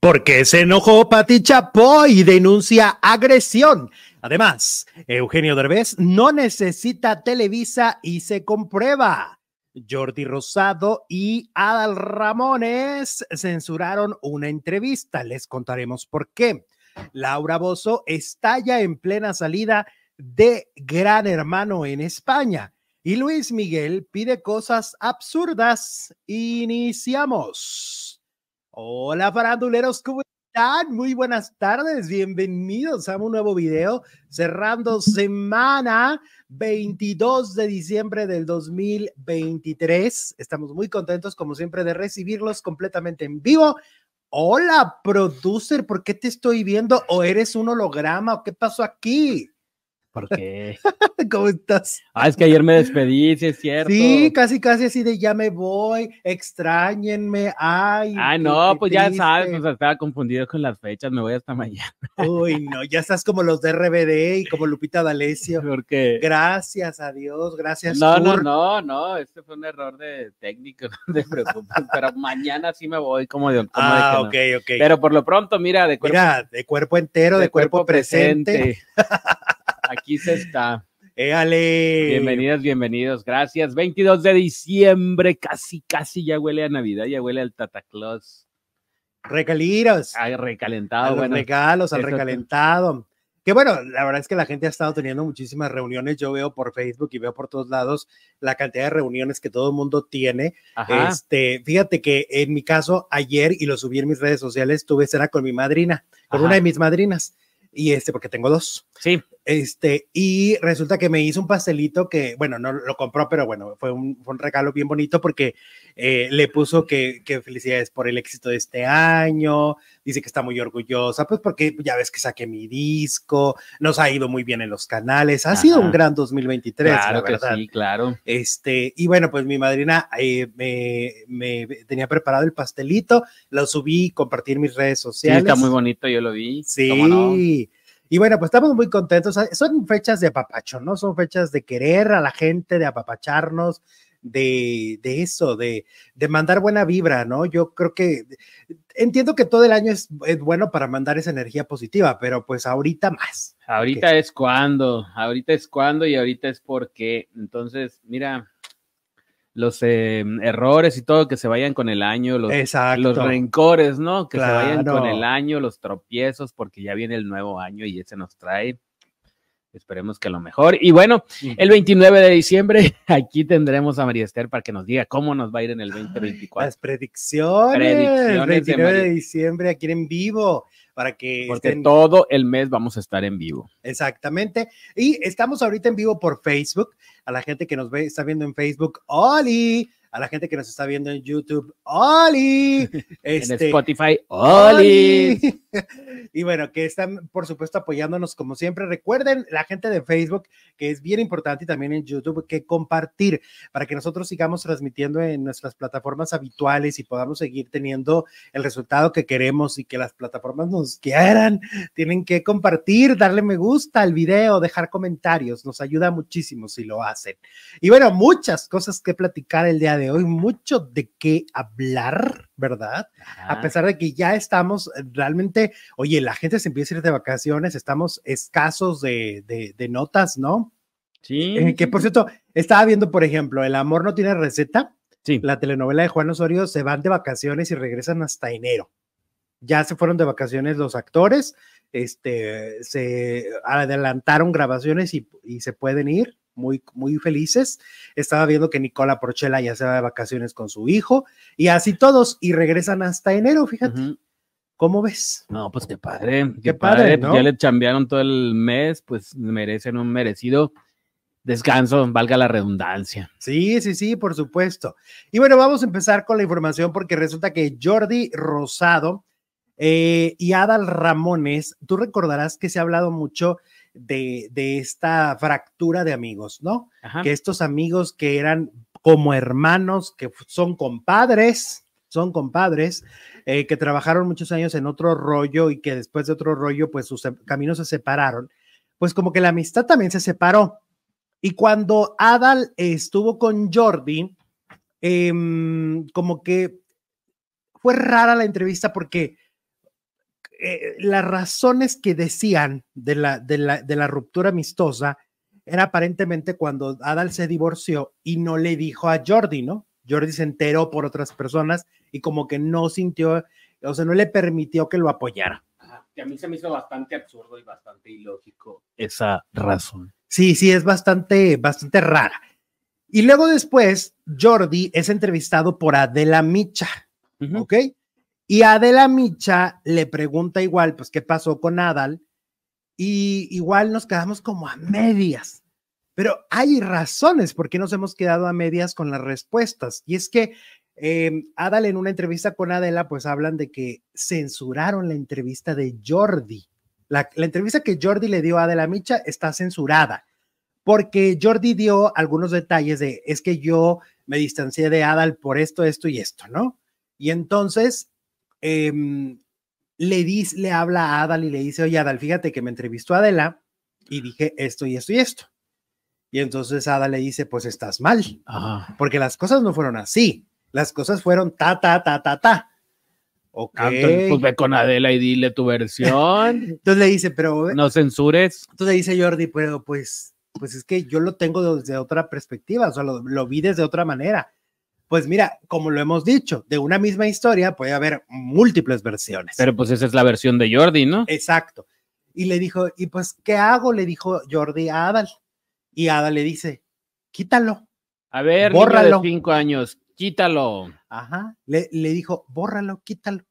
porque se enojó Pati Chapoy y denuncia agresión. Además, Eugenio Derbez no necesita Televisa y se comprueba. Jordi Rosado y Adal Ramones censuraron una entrevista. Les contaremos por qué. Laura Bozo estalla en plena salida de Gran Hermano en España. Y Luis Miguel pide cosas absurdas. Iniciamos. Hola, faranduleros, ¿cómo están? Muy buenas tardes, bienvenidos a un nuevo video cerrando semana 22 de diciembre del 2023. Estamos muy contentos, como siempre, de recibirlos completamente en vivo. Hola, producer, ¿por qué te estoy viendo? ¿O eres un holograma? ¿O qué pasó aquí? Porque. ¿Cómo estás? Ah, es que ayer me despedí, sí es cierto. Sí, casi, casi así de ya me voy, extrañenme, ay. Ay, qué- no, qué pues ya triste. sabes, pues estaba confundido con las fechas, me voy hasta mañana. Uy, no, ya estás como los de RBD y como Lupita D'Alessio. Porque. Gracias a Dios, gracias. No, no, Kurt. no, no, este fue un error de técnico, no te preocupes, pero mañana sí me voy, como de. Como de que Ah, no. ok, ok. Pero por lo pronto, mira, de cuerpo, Mira, de cuerpo entero, de, cuerpo, presente. Aquí se está. Éale. Bienvenidos, bienvenidos, gracias. 22 de diciembre, casi, casi ya huele a Navidad, ya huele al Tataclós. Regaliros. a Recalentado, los Ah, bueno. regalos, al eso- recalentado. Que bueno, la verdad es que la gente ha estado teniendo muchísimas reuniones. Yo veo por Facebook y veo por todos lados la cantidad de reuniones que todo el mundo tiene. Ajá. Este, fíjate que en mi caso, ayer, y lo subí en mis redes sociales, tuve cena con mi madrina, con Ajá. una de mis madrinas. Y este, porque tengo dos. Sí, Este, y resulta que me hizo un pastelito que, bueno, no lo compró, pero bueno, fue un, fue un regalo bien bonito porque eh, le puso que, que felicidades por el éxito de este año, dice que está muy orgullosa, pues porque ya ves que saqué mi disco, nos ha ido muy bien en los canales, ha sido Ajá. un gran 2023, claro la que verdad. sí, claro. Este, y bueno, pues mi madrina eh, me, me tenía preparado el pastelito, lo subí, compartí en mis redes Sí, sociales. está muy bonito, yo lo vi. Sí. ¿Cómo no? Y bueno, pues estamos muy contentos. Son fechas de apapacho, ¿no? Son fechas de querer a la gente, de apapacharnos, de, de eso, de, de mandar buena vibra, ¿no? Yo creo que entiendo que todo el año es, es bueno para mandar esa energía positiva, pero pues ahorita más. Ahorita es cuando, ahorita es cuando y ahorita es porque. Entonces, mira, los eh, errores y todo que se vayan con el año, los, Exacto. los rencores, ¿no? Que se vayan Claro. con el año, los tropiezos, porque ya viene el nuevo año y ese nos trae. Esperemos que lo mejor. Y bueno, el 29 de diciembre aquí tendremos a María Esther para que nos diga cómo nos va a ir en el 2024. Las predicciones, Predicciones de 29 de, María. diciembre aquí en vivo para que Porque estén todo el mes vamos a estar en vivo. Exactamente. Y estamos ahorita en vivo por Facebook. A la gente que nos ve, está viendo en Facebook, ¡Oli! A la gente que nos está viendo en YouTube, ¡Oli! en Este, Spotify. ¡Oli! Y bueno, que están, por supuesto, apoyándonos como siempre. Recuerden, la gente de Facebook, que es bien importante y también en YouTube, que compartir para que nosotros sigamos transmitiendo en nuestras plataformas habituales y podamos seguir teniendo el resultado que queremos y que las plataformas nos quieran. Tienen que compartir, darle me gusta al video, dejar comentarios. Nos ayuda muchísimo si lo hacen. Y bueno, muchas cosas que platicar el día de hoy, mucho de qué hablar, ¿verdad? A Ah, pues, pesar de que ya estamos eh, realmente, oye, la gente se empieza a ir de vacaciones, estamos escasos de, de- de notas, ¿no? Sí. Eh, que por cierto, estaba viendo, por ejemplo, El amor no tiene receta, Sí. la telenovela de Juan Osorio, se van de vacaciones y regresan hasta enero. Ya se fueron de vacaciones los actores, este, se adelantaron grabaciones y, y se pueden ir muy, muy felices. Estaba viendo que Nicola Porchela ya se va de vacaciones con su hijo y así todos y regresan hasta enero, fíjate. Ujú. ¿Cómo ves? No, pues qué padre. Qué, Qué padre, padre. Pues, ¿no? Ya le chambearon todo el mes, pues merecen un merecido descanso, valga la redundancia. Sí, sí, sí, por supuesto. Y bueno, vamos a empezar con la información porque resulta que Jordi Rosado eh, y Adal Ramones, tú recordarás que se ha hablado mucho de, de esta fractura de amigos, ¿no? Ajá. Que estos amigos que eran como hermanos, que f- son compadres, son compadres, eh, que trabajaron muchos años en otro rollo y que después de otro rollo, pues sus se- caminos se separaron, pues como que la amistad también se separó. Y cuando Adal estuvo con Jordi, em, como que fue rara la entrevista porque eh, las razones que decían de la, de, la, de la ruptura amistosa era aparentemente cuando Adal se divorció y no le dijo a Jordi, ¿no? Jordi se enteró por otras personas y como que no sintió, o sea, no le permitió que lo apoyara. Ajá, que a mí se me hizo bastante absurdo y bastante ilógico esa razón. Sí, sí, es bastante, bastante rara. Y luego después, Jordi es entrevistado por Adela Micha, uh -huh. ¿ok? Y Adela Micha le pregunta igual, pues, ¿qué pasó con Adal? Y igual nos quedamos como a medias. Pero hay razones por qué nos hemos quedado a medias con las respuestas. Y es que eh, Adal en una entrevista con Adela, pues hablan de que censuraron la entrevista de Jordi. La, la, entrevista que Jordi le dio a Adela Micha está censurada, porque Jordi dio algunos detalles de, es que yo me distancié de Adal por esto, esto y esto, ¿no? Y entonces eh, le, dis, le habla a Adal y le dice, oye Adal, fíjate que me entrevistó a Adela y dije esto y esto y esto. Y entonces Adal le dice, pues estás mal, Ajá. porque las cosas no fueron así, las cosas fueron ta, ta, ta, ta, ta. Ok. Entonces, pues ve con Adela y dile tu versión. entonces le dice, pero. eh, No censures. Entonces le dice Jordi, pero pues, pues es que yo lo tengo desde otra perspectiva, o sea, lo, lo, vi desde otra manera. Pues mira, como lo hemos dicho, de una misma historia puede haber múltiples versiones. Pero pues esa es la versión de Jordi, ¿no? Exacto. Y le dijo, ¿y pues qué hago? Le dijo Jordi a Adal. Y Adal le dice, quítalo. A ver, bórralo. De cinco años, quítalo. Ajá, le, le, dijo, bórralo, quítalo.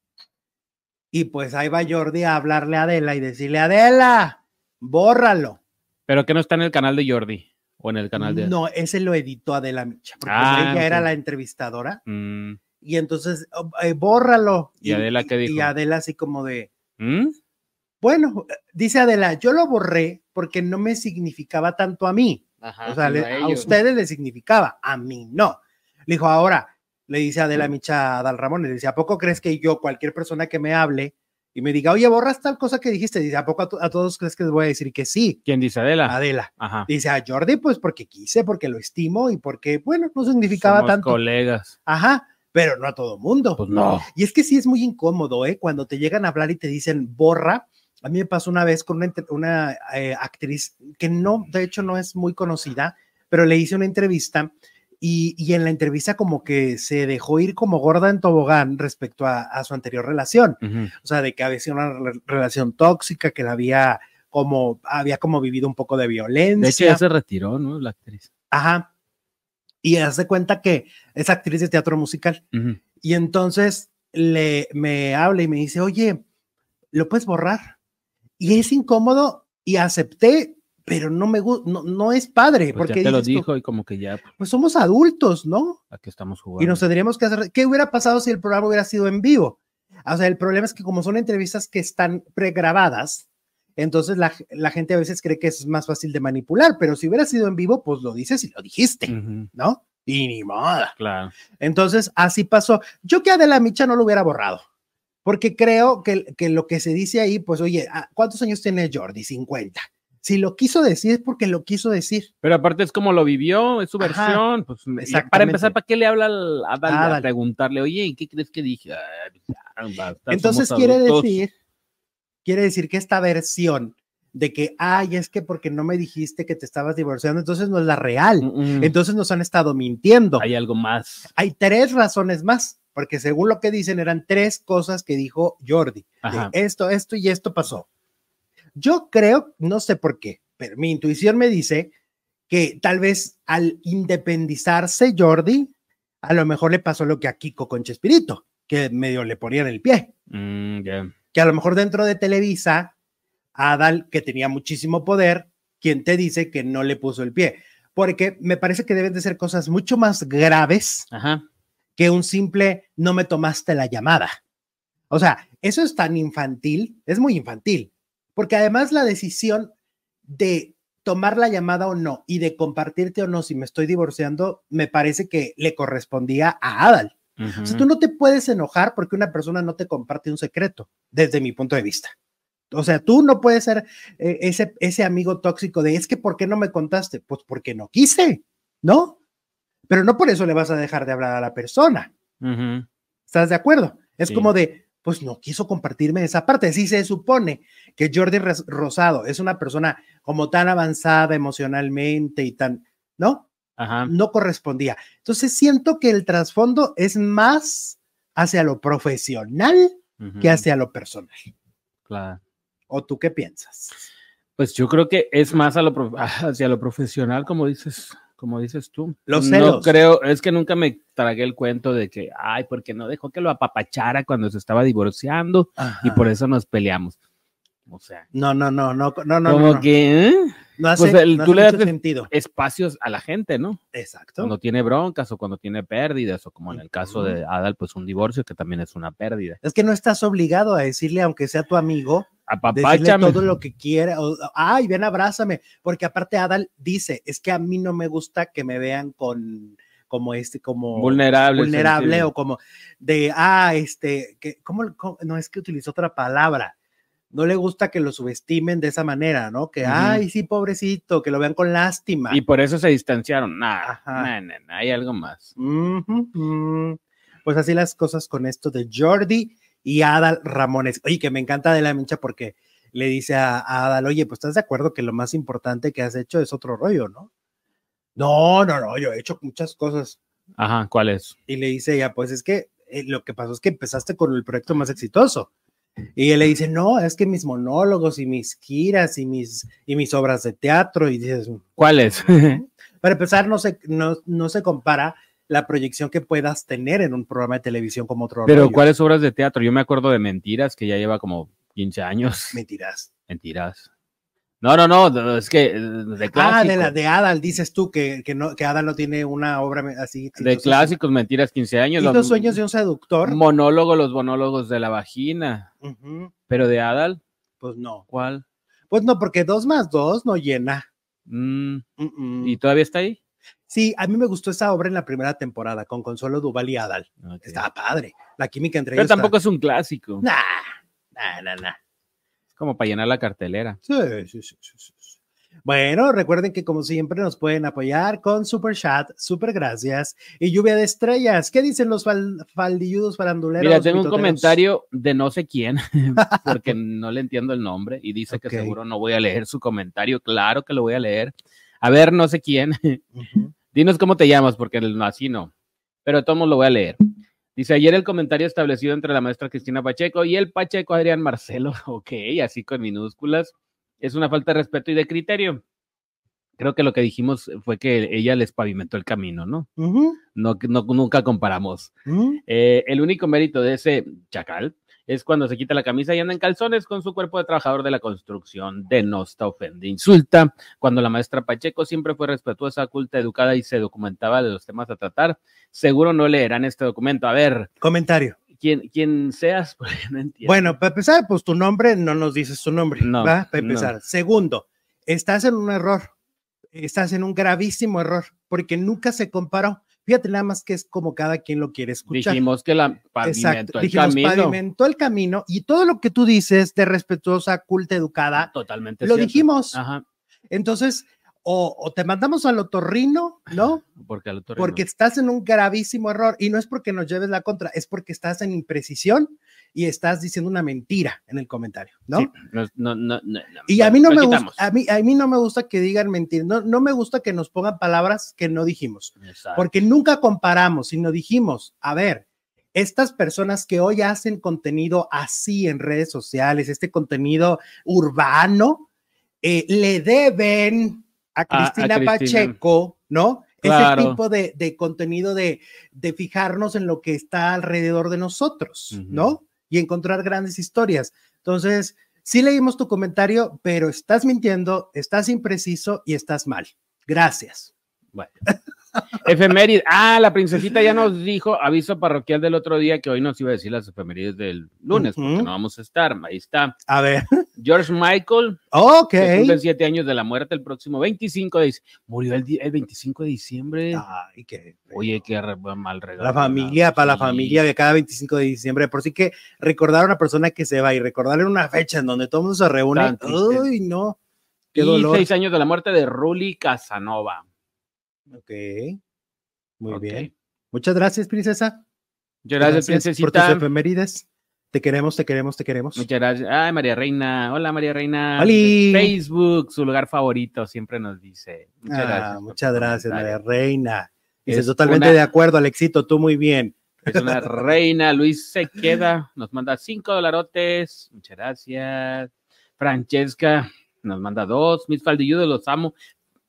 Y pues ahí va Jordi a hablarle a Adela y decirle, Adela, bórralo. Pero que no está en el canal de Jordi o en el canal de... No, ese lo editó Adela Micha, porque ah, ella okay. era la entrevistadora. Mm. Y entonces, eh, bórralo. ¿Y, ¿Y Adela qué dijo? Y Adela así como de... ¿Mm? Bueno, dice Adela, yo lo borré porque no me significaba tanto a mí. Ah, Ajá, o sea, le, a, a, ustedes les significaba, a mí no. Le dijo, ahora, le dice Adela Micha a Dal Ramón, le dice, ¿a poco crees que yo, cualquier persona que me hable y me diga, oye, borras tal cosa que dijiste? Dice, ¿a poco a, to a todos crees que les voy a decir que sí? ¿Quién dice Adela? Adela. Ajá. Dice, a Jordi, pues porque quise, porque lo estimo y porque, bueno, no significaba Somos tanto. colegas. Ajá. Pero no a todo mundo. Pues no. Y es que sí es muy incómodo, ¿eh? Cuando te llegan a hablar y te dicen borra. A mí me pasó una vez con una, una eh, actriz que no, de hecho, no es muy conocida, pero le hice una entrevista y, y, en la entrevista como que se dejó ir como gorda en tobogán respecto a, a su anterior relación, uh -huh. o sea, de que había sido una re relación tóxica, que la había como, había como vivido un poco de violencia. De hecho, ya se retiró, ¿no? La actriz. Ajá. Y hace cuenta que es actriz de teatro musical. Uh -huh. Y entonces le, me habla y me dice, oye, ¿lo puedes borrar? Y es incómodo y acepté pero no me gusta, no, no, es padre. Pues porque ya te lo dijo tú, y como que ya. Pues somos adultos, ¿no? Aquí estamos jugando. Y nos tendríamos que hacer. ¿Qué hubiera pasado si el programa hubiera sido en vivo? O sea, el problema es que como son entrevistas que están pregrabadas, entonces la, la gente a veces cree que es más fácil de manipular, pero si hubiera sido en vivo, pues lo dices y lo dijiste, uh Mm. -huh. ¿no? Y ni moda. Claro. Entonces, así pasó. Yo que Adela Micha no lo hubiera borrado porque creo que, que, lo que se dice ahí, pues oye, ¿cuántos años tiene Jordi? 50. Si lo quiso decir es porque lo quiso decir. Pero aparte es como lo vivió, es su Ajá, versión. Pues, para empezar, ¿para qué le habla al, a, Adal, a preguntarle, oye, ¿y qué crees que dije? Ah, Ay, basta, Entonces quiere decir, quiere decir que esta versión de que, ay, es que porque no me dijiste que te estabas divorciando, entonces no es la real. Mm -mm. Entonces nos han estado mintiendo. Hay algo más. Hay tres razones más, porque según lo que dicen eran tres cosas que dijo Jordi. De esto, esto y esto pasó. Yo creo, no sé por qué, pero mi intuición me dice que tal vez al independizarse Jordi, a lo mejor le pasó lo que a Kiko con Chespirito, que medio le ponían el pie. Mm, yeah. Que a lo mejor dentro de Televisa Adal, que tenía muchísimo poder, quien te dice que no le puso el pie. Porque me parece que deben de ser cosas mucho más graves Ajá. que un simple no me tomaste la llamada. O sea, eso es tan infantil, es muy infantil, porque además la decisión de tomar la llamada o no y de compartirte o no si me estoy divorciando, me parece que le correspondía a Adal. Uh -huh. O sea, tú no te puedes enojar porque una persona no te comparte un secreto, desde mi punto de vista. O sea, tú no puedes ser eh, ese, ese amigo tóxico de es que ¿por qué no me contaste? Pues porque no quise, ¿no? Pero no por eso le vas a dejar de hablar a la persona. Uh -huh. ¿Estás de acuerdo? Es sí. como de, pues no quiso compartirme esa parte. Sí se supone que Jordi Rosado es una persona como tan avanzada emocionalmente y tan, ¿no? Ajá. No correspondía. Entonces siento que el trasfondo es más hacia lo profesional ujú, que hacia lo personal. claro. ¿O tú qué piensas? Pues yo creo que es más a lo prof- hacia lo profesional, como dices, como dices tú. Los No celos. creo, es que nunca me tragué el cuento de que, ay, porque no dejó que lo apapachara cuando se estaba divorciando y por eso nos peleamos. O sea, No, no, no, no, no, no. como no, no. que ¿eh? No hace, pues, el- no tú hace le mucho das- sentido. espacios a la gente, ¿no? Exacto. Cuando tiene broncas o cuando tiene pérdidas o como en el caso Ujú. de Adal, pues un divorcio que también es una pérdida. Es que no estás obligado a decirle, aunque sea tu amigo, decirle Apapáchame. todo lo que quiera. o- ay, ven, abrázame. Porque aparte Adal dice, es que a mí no me gusta que me vean con como este, como vulnerable. vulnerable sensible. o como de, ah, este, que, ¿cómo, cómo? No, es que utilizó otra palabra. No le gusta que lo subestimen de esa manera, ¿no? Que, Ujú. ay, sí, pobrecito, que lo vean con lástima. Y por eso se distanciaron. Nah, Ajá. nah, nah, nah, hay algo más. Ujú, mm. Pues así las cosas con esto de Jordi y Adal Ramones. Oye, que me encanta de la mincha porque le dice a, a Adal, oye, pues estás de acuerdo que lo más importante que has hecho es otro rollo, ¿no? No, no, no, yo he hecho muchas cosas. Ajá, ¿cuál es? Y le dice ella, pues es que eh, lo que pasó es que empezaste con el proyecto más exitoso. Y él le dice, no, es que mis monólogos y mis giras y mis, y mis obras de teatro. Y dices, ¿Cuál es? para empezar, no se, no, no se compara la proyección que puedas tener en un programa de televisión como otro. Pero rollo. ¿cuáles obras de teatro? Yo me acuerdo de Mentiras, que ya lleva como 15 años. Mentiras. Mentiras. No, no, no, de- es que eh, de clásicos. Ah, de de, la de Adal, dices tú que, que, no, que Adal no tiene una obra me- así. exitosa. clásicos, mentiras, 15 años. Hizo sueños de un seductor. Monólogo, los monólogos de la vagina. Ujú, Pero de Adal, Pues no. ¿cuál? Pues no, porque dos más dos no llena. Mm, Mm, mm. ¿Y todavía está ahí? Sí, a mí me gustó esa obra en la primera temporada con Consuelo Duval y Adal. Ok. Estaba padre. La química entre Pero ellos. está- tampoco es un clásico. Nah, nah, nah, nah. Es como para llenar la cartelera. Sí, sí, sí, sí, sí, sí. Bueno, recuerden que como siempre nos pueden apoyar con Super Chat, Super Gracias y Lluvia de Estrellas. ¿Qué dicen los fal- faldilludos faranduleros? Mira, tengo un pitoteros? comentario de no sé quién, porque no le entiendo el nombre y dice Ok. que seguro no voy a leer su comentario. Claro que lo voy a leer. A ver, no sé quién. Ujú. Dinos cómo te llamas, porque el- así no. Pero de todos modos lo voy a leer. Dice, ayer el comentario establecido entre la maestra Cristina Pacheco y el Pacheco Adrián Marcelo, ok, así con minúsculas, es una falta de respeto y de criterio. Creo que lo que dijimos fue que ella les pavimentó el camino, ¿no? Ujú, No, no nunca comparamos. ujú. Eh, el único mérito de ese chacal es cuando se quita la camisa y anda en calzones con su cuerpo de trabajador de la construcción. Denosta, ofende, insulta. Cuando la maestra Pacheco siempre fue respetuosa, culta, educada y se documentaba de los temas a tratar, seguro no leerán este documento. A ver, Comentario. quien, quien seas, porque no entiendo. Bueno, para empezar, pues tu nombre no nos dices tu nombre. No, ¿va? Para no. empezar. Segundo, estás en un error. Estás en un gravísimo error porque nunca se comparó. Fíjate nada más que es como cada quien lo quiere escuchar. dijimos que la pavimentó Exacto. el Dijimos, camino. pavimentó el camino y todo lo que tú dices de respetuosa, culta, educada, Ah, Totalmente lo cierto. dijimos. Ajá, Entonces, o, o te mandamos al otorrino, ¿no? porque al otro reino. Porque estás en un gravísimo error y no es porque nos lleves la contra, es porque estás en imprecisión y estás diciendo una mentira en el comentario, ¿no? Sí, no, no, no, no, no. Y a mí no Lo me gusta, quitamos. a mí, a mí no me gusta que digan mentir, no, no me gusta que nos pongan palabras que no dijimos. Exacto. porque nunca comparamos, sino dijimos, a ver, estas personas que hoy hacen contenido así en redes sociales, este contenido urbano, eh, le deben a A- a Cristina Cristina. Pacheco, ¿no? Claro. Ese tipo de, de contenido de, de fijarnos en lo que está alrededor de nosotros, Ujú. ¿no? Y encontrar grandes historias. Entonces, sí leímos tu comentario, pero estás mintiendo, estás impreciso y estás mal. Gracias. Efemérides. Ah, la princesita ya nos dijo, aviso parroquial del otro día, que hoy nos iba a decir las efemérides del lunes, porque Ujú. no vamos a estar. Ahí está. A ver, George Michael, ok. que cumple siete años de la muerte el próximo 25 de diciembre. Murió el, di- el 25 de diciembre. Ay, qué feo. Oye, qué re- mal regalo. La familia, para la Sí. familia de cada 25 de diciembre, por sí que recordar a una persona que se va y recordarle una fecha en donde todo el mundo se reúne. Tan triste. Uy, no. Qué Y dolor. seis años de la muerte de Ruli Casanova. Ok. Muy Ok. bien. Muchas gracias, princesa. Muchas Gracias, por tus princesita. efemérides. Te queremos, te queremos, te queremos. Muchas gracias. Ay, María Reina. Hola, María Reina. ¡Holi! Facebook, su lugar favorito, siempre nos dice. Muchas Ah, gracias. por muchas tu gracias, María comentario. Reina. Dices, Es totalmente una- de acuerdo, Alexito, tú muy bien. Es una reina. Luis se queda. Nos manda cinco dolarotes. Muchas gracias. Francesca nos manda dos. Mis faldilludos, los amo.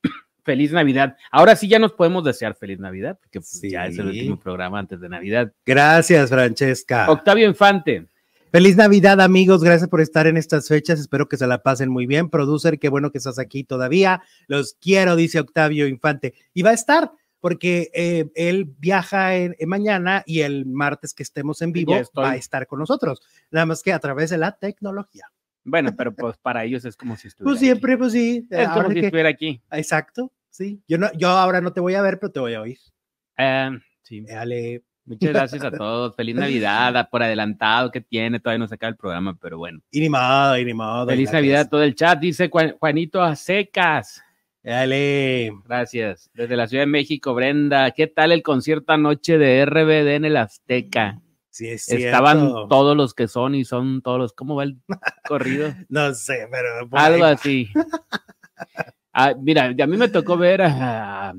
Feliz Navidad. Ahora sí ya nos podemos desear feliz Navidad, porque pues, ya es el Sí. Ah. último programa antes de Navidad. Gracias, Francesca. Octavio Infante. Feliz Navidad, amigos. Gracias por estar en estas fechas. Espero que se la pasen muy bien. Producer, qué bueno que estás aquí todavía. Los quiero, dice Octavio Infante. Y va a estar porque eh, él viaja en, en mañana y el martes que estemos en vivo Ya estoy. va a estar con nosotros. Nada más que a través de la tecnología. Bueno, pero pues para ellos es como si estuviera. Pues siempre, pues sí. Aquí. Es ahora como si que- estuviera aquí. Exacto, sí. Yo, no, yo ahora no te voy a ver, pero te voy a oír. Ah, sí. Dale. Muchas gracias a todos. Feliz Navidad a- por adelantado que tiene. Todavía no se acaba el programa, pero bueno. Y ni modo, y ni modo. Feliz y la Navidad a todo el chat. Dice Juan- Juanito a secas. cosa. Dale. Gracias. Desde la Ciudad de México, Brenda. ¿Qué tal el concierto anoche de RBD en el Azteca? Sí, es Estaban cierto. todos los que son y son todos los. ¿Cómo va el corrido? No sé, pero. por ahí Algo va. así. Ah, mira, a mí me tocó ver a-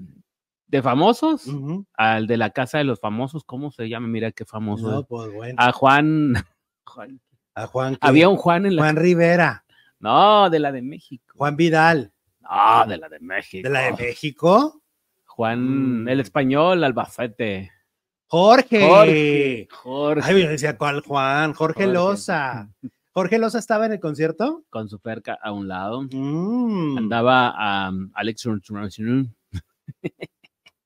de famosos. Ujú. al de la casa de los famosos, ¿cómo se llama? Mira qué famoso. No, es. pues bueno. A Juan, Juan- A Juan. ¿qué? Había un Juan en la. Juan Rivera, No, de la de México. Juan Vidal, No, de la de México. de la de México. Juan, Mm. el español, Albacete. Jorge. Jorge. Jorge. Ay, yo decía, ¿cuál Juan? Jorge, Jorge. Loza. ¿Jorge Loza estaba en el concierto? Con su perca a un lado. Mm. Andaba um, Alex International.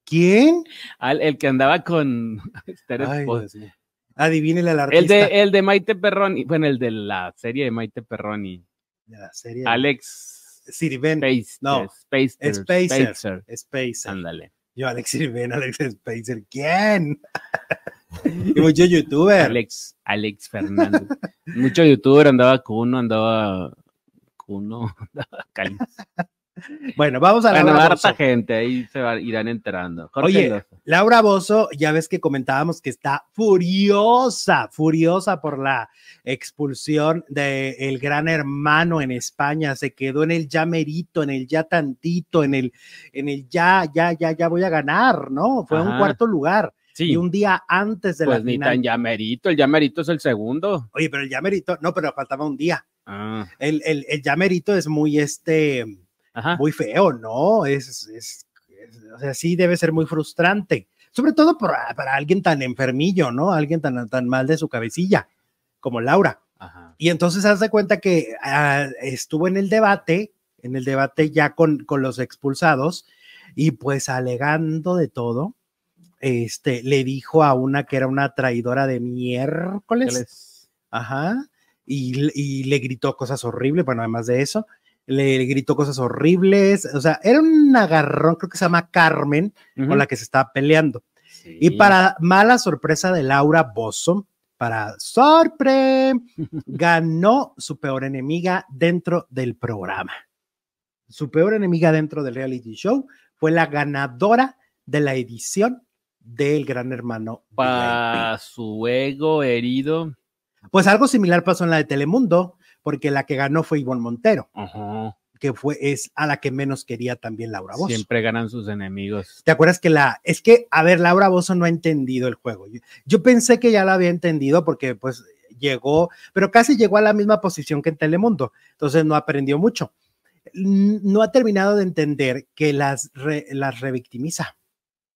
¿Quién? Al- el que andaba con. Tere- Ay, o- Dios mío. Adivínele al el, artista. de, el de Maite Perroni. Bueno, el de la serie de Maite Perroni. de la serie. Alex. Sirven. Space. No. Spacer. Spacer. Spacer. Spacer. Ándale. Yo, Alex Sirven, Alex Spacer. ¿Quién? y mucho youtuber. Alex, Alex Fernández. Mucho youtuber andaba Cuno, andaba Cuno, andaba Cali. Bueno, vamos a la Bueno, hora harta bolsa. gente, ahí se va- irán enterando. Oye, Loza. Laura Bozo, ya ves que comentábamos que está furiosa, furiosa por la expulsión del el gran hermano en España. Se quedó en el ya merito, en el ya tantito, en el, en el ya, ya, ya, ya voy a ganar, ¿no? Fue un Ajá. cuarto lugar sí, y un día antes de pues la ni final. tan llamerito, el llamerito es el segundo. Oye, pero el ya merito, no, pero faltaba un día. Ah, El, el, el ya merito es muy este, ajá. muy feo, ¿no? Es, es, es- o sea, sí debe ser muy frustrante, sobre todo para, para alguien tan enfermillo, ¿no? Alguien tan, tan mal de su cabecilla como Laura. ajá. Y entonces haz de cuenta que ah, estuvo en el debate, en el debate ya con, con los expulsados, y pues alegando de todo, este, le dijo a una que era una traidora de ¿Qué miércoles, les- Ajá. Y, le- y le gritó cosas horribles, bueno, además de eso, le, gritó cosas horribles, o sea, era un agarrón, creo que se llama Carmen, Ujú. con la que se estaba peleando. Sí. Y para mala sorpresa de Laura Bozo, para sorpre, ganó su peor enemiga dentro del programa. Su peor enemiga dentro del reality show fue la ganadora de la edición del Gran Hermano. VIP. Pa' su ego herido. Pues algo similar pasó en la de Telemundo, porque la que ganó fue Ivonne Montero, Ajá. que fue, es a la que menos quería también Laura Bozo. Siempre ganan sus enemigos. ¿Te acuerdas que la, es que, a ver, Laura Bozo no ha entendido el juego. Yo, yo pensé que ya la había entendido porque pues llegó, pero casi llegó a la misma posición que en Telemundo, entonces no aprendió mucho. N- No ha terminado de entender que las, re- las revictimiza.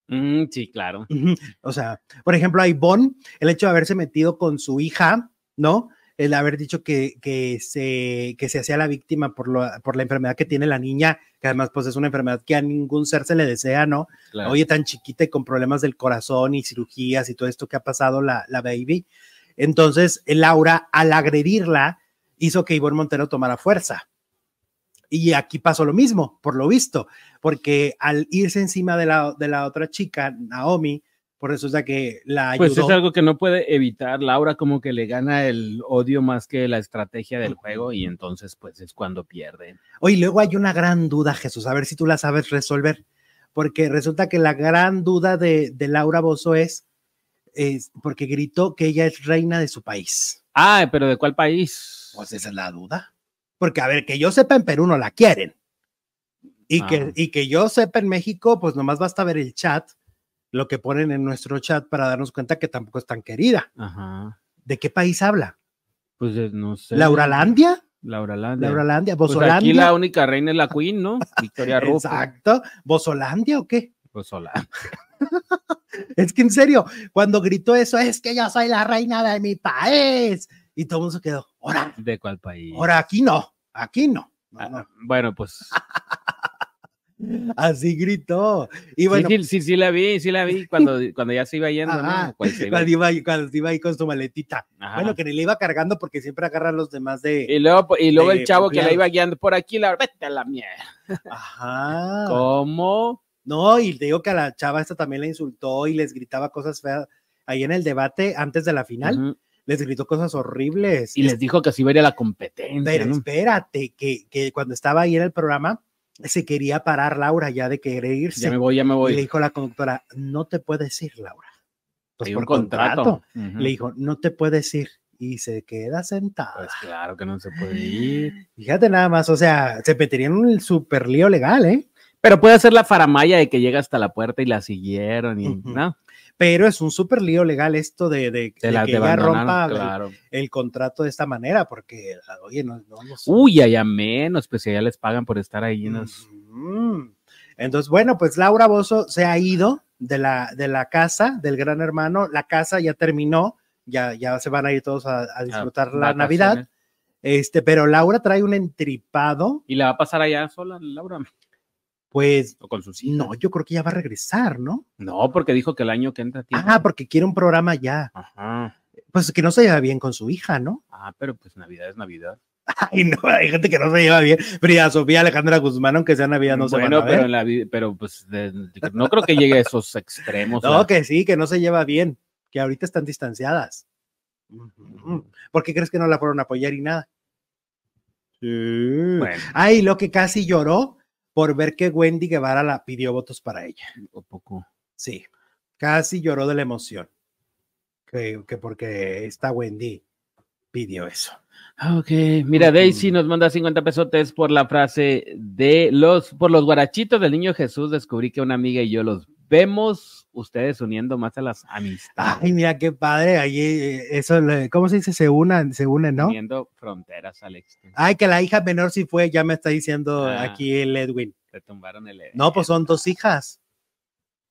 Mm, sí, claro. Ujú. O sea, por ejemplo, a Ivonne, el hecho de haberse metido con su hija, ¿no? El haber dicho que, que se, que se hacía la víctima por, lo- por la enfermedad que tiene la niña, que además pues es una enfermedad que a ningún ser se le desea, ¿no? claro. Oye, tan chiquita y con problemas del corazón y cirugías y todo esto que ha pasado la, la baby. Entonces, Laura, al agredirla, hizo que Ivonne Montero tomara fuerza. Y aquí pasó lo mismo, por lo visto, porque al irse encima de la, de la otra chica, Naomi, por eso es la que la ayudó. Pues es algo que no puede evitar. Laura como que le gana el odio más que la estrategia del juego y entonces pues es cuando pierde. Oye, luego hay una gran duda, Jesús, a ver si tú la sabes resolver, porque resulta que la gran duda de, de Laura Bozo es es porque gritó que ella es reina de su país. Ah, pero ¿de cuál país? Pues esa es la duda. Porque, a ver, que yo sepa, en Perú no la quieren. Y, Ah. que, y que yo sepa, en México, pues nomás basta ver el chat, lo que ponen en nuestro chat para darnos cuenta que tampoco es tan querida. Ajá. ¿De qué país habla? Pues eh, no sé. ¿Lauralandia? Lauralandia. ¿Lauralandia? Pues aquí la ¿Bozolandia? única reina es la Queen, ¿no? Victoria Rufo. Exacto. ¿Bozolandia o qué? Pues hola. Es que en serio, cuando gritó eso, es que yo soy la reina de mi país. Y todo el mundo se quedó, ahora, ¿De cuál país? ahora aquí no, aquí no. No, no. Ah, Bueno, pues Así gritó. Y bueno, sí, sí, sí, sí la vi, sí la vi cuando, cuando ya se iba yendo, Ajá. ¿no? Cuando se iba- cuando iba, cuando iba ahí con su maletita. Ajá. Bueno, que ni le iba cargando porque siempre agarra a los demás de. Y luego, po- y luego de el chavo que la empleados. iba guiando por aquí, la vete a la mierda. Ajá. ¿Cómo? No, y te digo que a la chava esta también la insultó y les gritaba cosas feas. Ahí en el debate, antes de la final, Ujú. les gritó cosas horribles. Y les dijo que se iba a ir a la competencia. Pero ¿no? espérate, que, que cuando estaba ahí en el programa, se quería parar Laura ya de querer irse. Ya me voy, ya me Y voy. le dijo la conductora, no te puedes ir, Laura. Pues Hay por un contrato. contrato. Ujú. Le dijo, no te puedes ir. Y se queda sentada. Pues claro que no se puede ir. Fíjate nada más, o sea, se metería en un super lío legal, ¿eh? Pero puede hacer la faramaya de que llega hasta la puerta y la siguieron, y, Ujú. ¿no? Pero es un super lío legal esto de, de- Se de la que ella rompa abandonaron, el- claro. el, contrato de esta manera, porque, oye, no, no, no sé. Uy, allá menos, pues si allá les pagan por estar ahí. ¿no? Mm. Entonces, bueno, pues Laura Bozo se ha ido de la, de la casa del gran hermano. La casa ya terminó, ya, ya se van a ir todos a, a disfrutar la Vacaciones. Navidad. Este, pero Laura trae un entripado, ¿Y la va a pasar allá sola, Laura? pues ¿O con sus hijos? no, yo creo que ya va a regresar, ¿no? No, porque dijo que el año que entra tiene. Ah, porque quiere un programa ya. Ajá. Pues que no se lleva bien con su hija, ¿no? Ah, pero pues Navidad es Navidad. Ay, no, hay gente que no se lleva bien. Frida Sofía Alejandra Guzmán, aunque sea Navidad, no se bueno, van a ver. pero, en la vi- pero pues de- de- no creo que llegue a esos extremos. No, la- que sí, que no se lleva bien, que ahorita están distanciadas. Mm, Ujú. ¿Por qué crees que no la fueron a apoyar y nada? Sí. Bueno, Ay, lo que casi lloró por ver que Wendy Guevara la pidió votos para ella. un poco. Sí, casi lloró de la emoción. Que, que porque esta Wendy pidió eso. Ah, Ok, mira, Ujú. Daisy nos manda 50 pesotes por la frase de los, por los guarachitos del niño Jesús, descubrí que una amiga y yo los vemos, ustedes uniendo más a las amistades, Ay, mira qué padre. Ahí, eh, eso, le- ¿cómo se dice? Se unen, se unen, ¿no? uniendo fronteras, Alex. Ay, que la hija menor sí fue, ya me está diciendo Ah. aquí el Edwin. Te tumbaron el... eh, No, pues son dos hijas.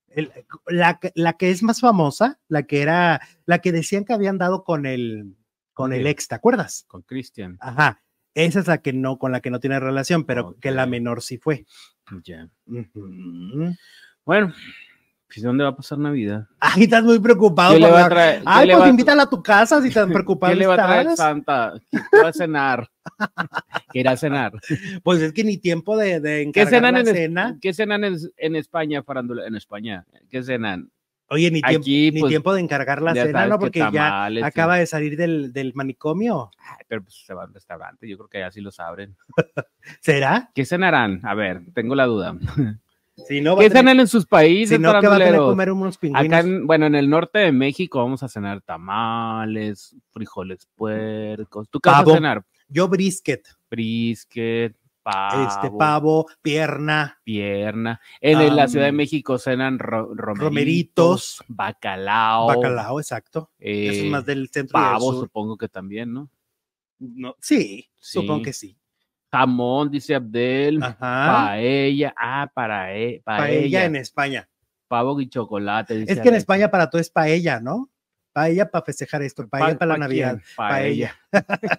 El- la, que- la que es más famosa, la que era, la que decían que habían dado con el, con el Sí. ex, ¿te acuerdas? Con Cristian. Ajá. Esa es la que no, con la que no tiene relación, pero que la Ok. Mm. menor sí fue. Ya. Ujú. Bueno, pues ¿dónde va a pasar Navidad? Ay, estás muy preocupado. ¿Qué le por va a la- traer? ¿Qué Ay, le pues va a- invítala a tu casa si tan preocupado ¿Qué le va a traer estás. Santa? ¿Qué va a cenar? ¿Qué irá a cenar? Pues es que ni tiempo de, de ¿Qué encargar cenan, la en, es- cena. ¿qué cenan en, en España, farándula? En España, ¿qué cenan? Oye, ni, tiempo- Aquí, ni pues, tiempo de encargar la ya cena, sabes ¿no? que Porque ya tamales, y- acaba de salir del, del manicomio. Ay, pero pues se va al restaurante, yo creo que ya sí los abren. ¿Será? ¿Qué cenarán? A ver, tengo la duda. Si no, va a ¿Qué tener cenan en sus países, Si no, ¿qué va a tener que faranduleros? comer unos Acá, pingüinos? en- bueno, en el norte de México vamos a cenar tamales, frijoles puercos. ¿Tú qué vas Pavo. a cenar? Yo brisket, Brisket, pavo, este pavo, pierna, pierna. En el- la Ciudad de Am, México cenan ro- romeritos, romeritos, bacalao, bacalao, exacto. eh, Eso es más del centro y del pavo, sur. supongo que también, ¿no? No, sí, Sí. Mm, supongo que sí. Jamón, dice Abdel. Ajá. Paella, ah, para e- paella, Paella en España. pavo y chocolate. dice Es que en Alex. España para todo es paella, ¿no? Paella para festejar esto, paella Pa- para la ¿pa' Navidad, quién? paella.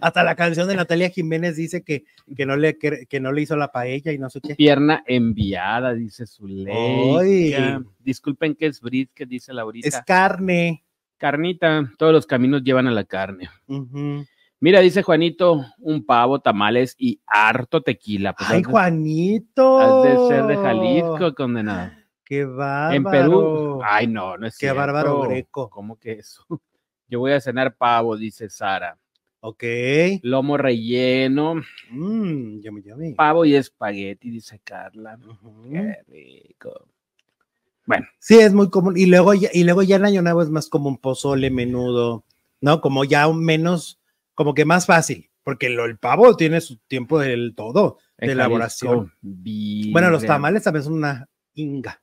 Hasta la canción de Natalia Jiménez dice que, que, no, le, que, que no le hizo la paella y no sé qué. Pierna enviada, dice Zuleika. Ay. Disculpen que es brisket, dice Es Laurita. carne. Carnita, todos los caminos llevan a la carne. Ujú. Mira, dice Juanito, un pavo, tamales y harto tequila. Pues Ay, has de- Juanito. Has de ser de Jalisco, condenado. Qué bárbaro. Ah, En Perú. Ay, no, no es Qué bárbaro cierto. greco. ¿Cómo que eso? Yo voy a cenar pavo, dice Sara. Ok. Lomo relleno, Mmm, yummy, yummy. Mm. pavo y espagueti, dice Carla. Ujú. Qué rico. Bueno. Sí, es muy común. Y luego, ya- y luego ya en Año Nuevo es más como un pozole menudo, ¿no? Como ya un menos, como que más fácil, porque lo- el pavo tiene su tiempo del todo. en De elaboración. Jalisco vive- Bueno, los tamales también son una inga.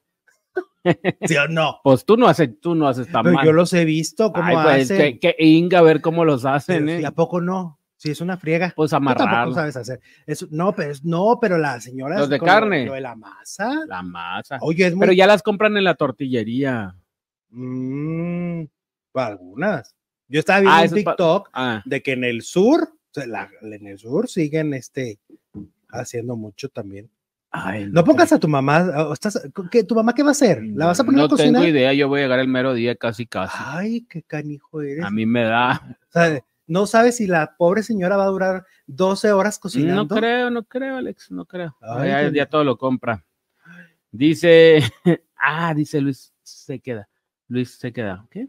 ¿Sí o no? Pues tú no haces, tú no haces tamales. Pero yo los he visto, como Ay, pues, hacen. que, que inga, a ver cómo los hacen, Pero, ¿eh? ¿Y a poco no? Sí, es una friega. Pues Tú tampoco amarrar sabes hacer. Eso, no, pero es- no, pero la señora. Los de con lo- carne. Lo de la masa. la masa. Oye, es muy. Pero ya las compran en la tortillería. Mm, algunas. Yo estaba viendo Ah, un eso es pa- TikTok Ah, de que en el sur, o sea, la- en el sur siguen este haciendo mucho también. ay, No pongas a tu mamá, o estás, ¿qué, ¿tu mamá qué va a hacer? ¿La vas a poner no a cocinar? Ah, tengo idea, yo voy a llegar el mero día casi casi. Ay, qué canijo eres. a mí me da. O sea, no sabes si la pobre señora va a durar 12 horas cocinando. No creo, no creo, Alex, no creo. Ay, ya, qué- ya todo lo compra. Dice, ah, dice Luis se queda. Luis se queda, ¿qué?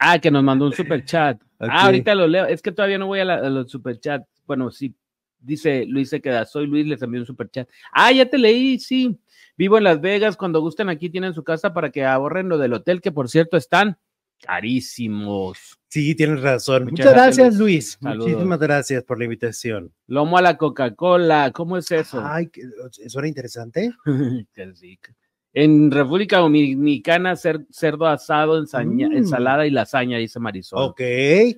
Ah, que nos mandó un super chat. Ok. Ah, ahorita lo leo. Es que todavía no voy a, la- a los superchats. Bueno, sí. Dice Luis se queda. Soy Luis, les envié un superchat. Ah, ya te leí, sí. Vivo en Las Vegas. Cuando gusten, aquí tienen su casa para que ahorren lo del hotel, que por cierto están carísimos. Sí, tienes razón. Muchas Muchas, gracias, gracias, Luis. Saludos. Muchísimas gracias por la invitación. Lomo a la Coca-Cola. ¿Cómo es eso? Ay, que- ¿eso era interesante? Qué rico. En República Dominicana, cer- cerdo asado, ensaña- Mm. ensalada y lasaña, dice Marisol. Ok.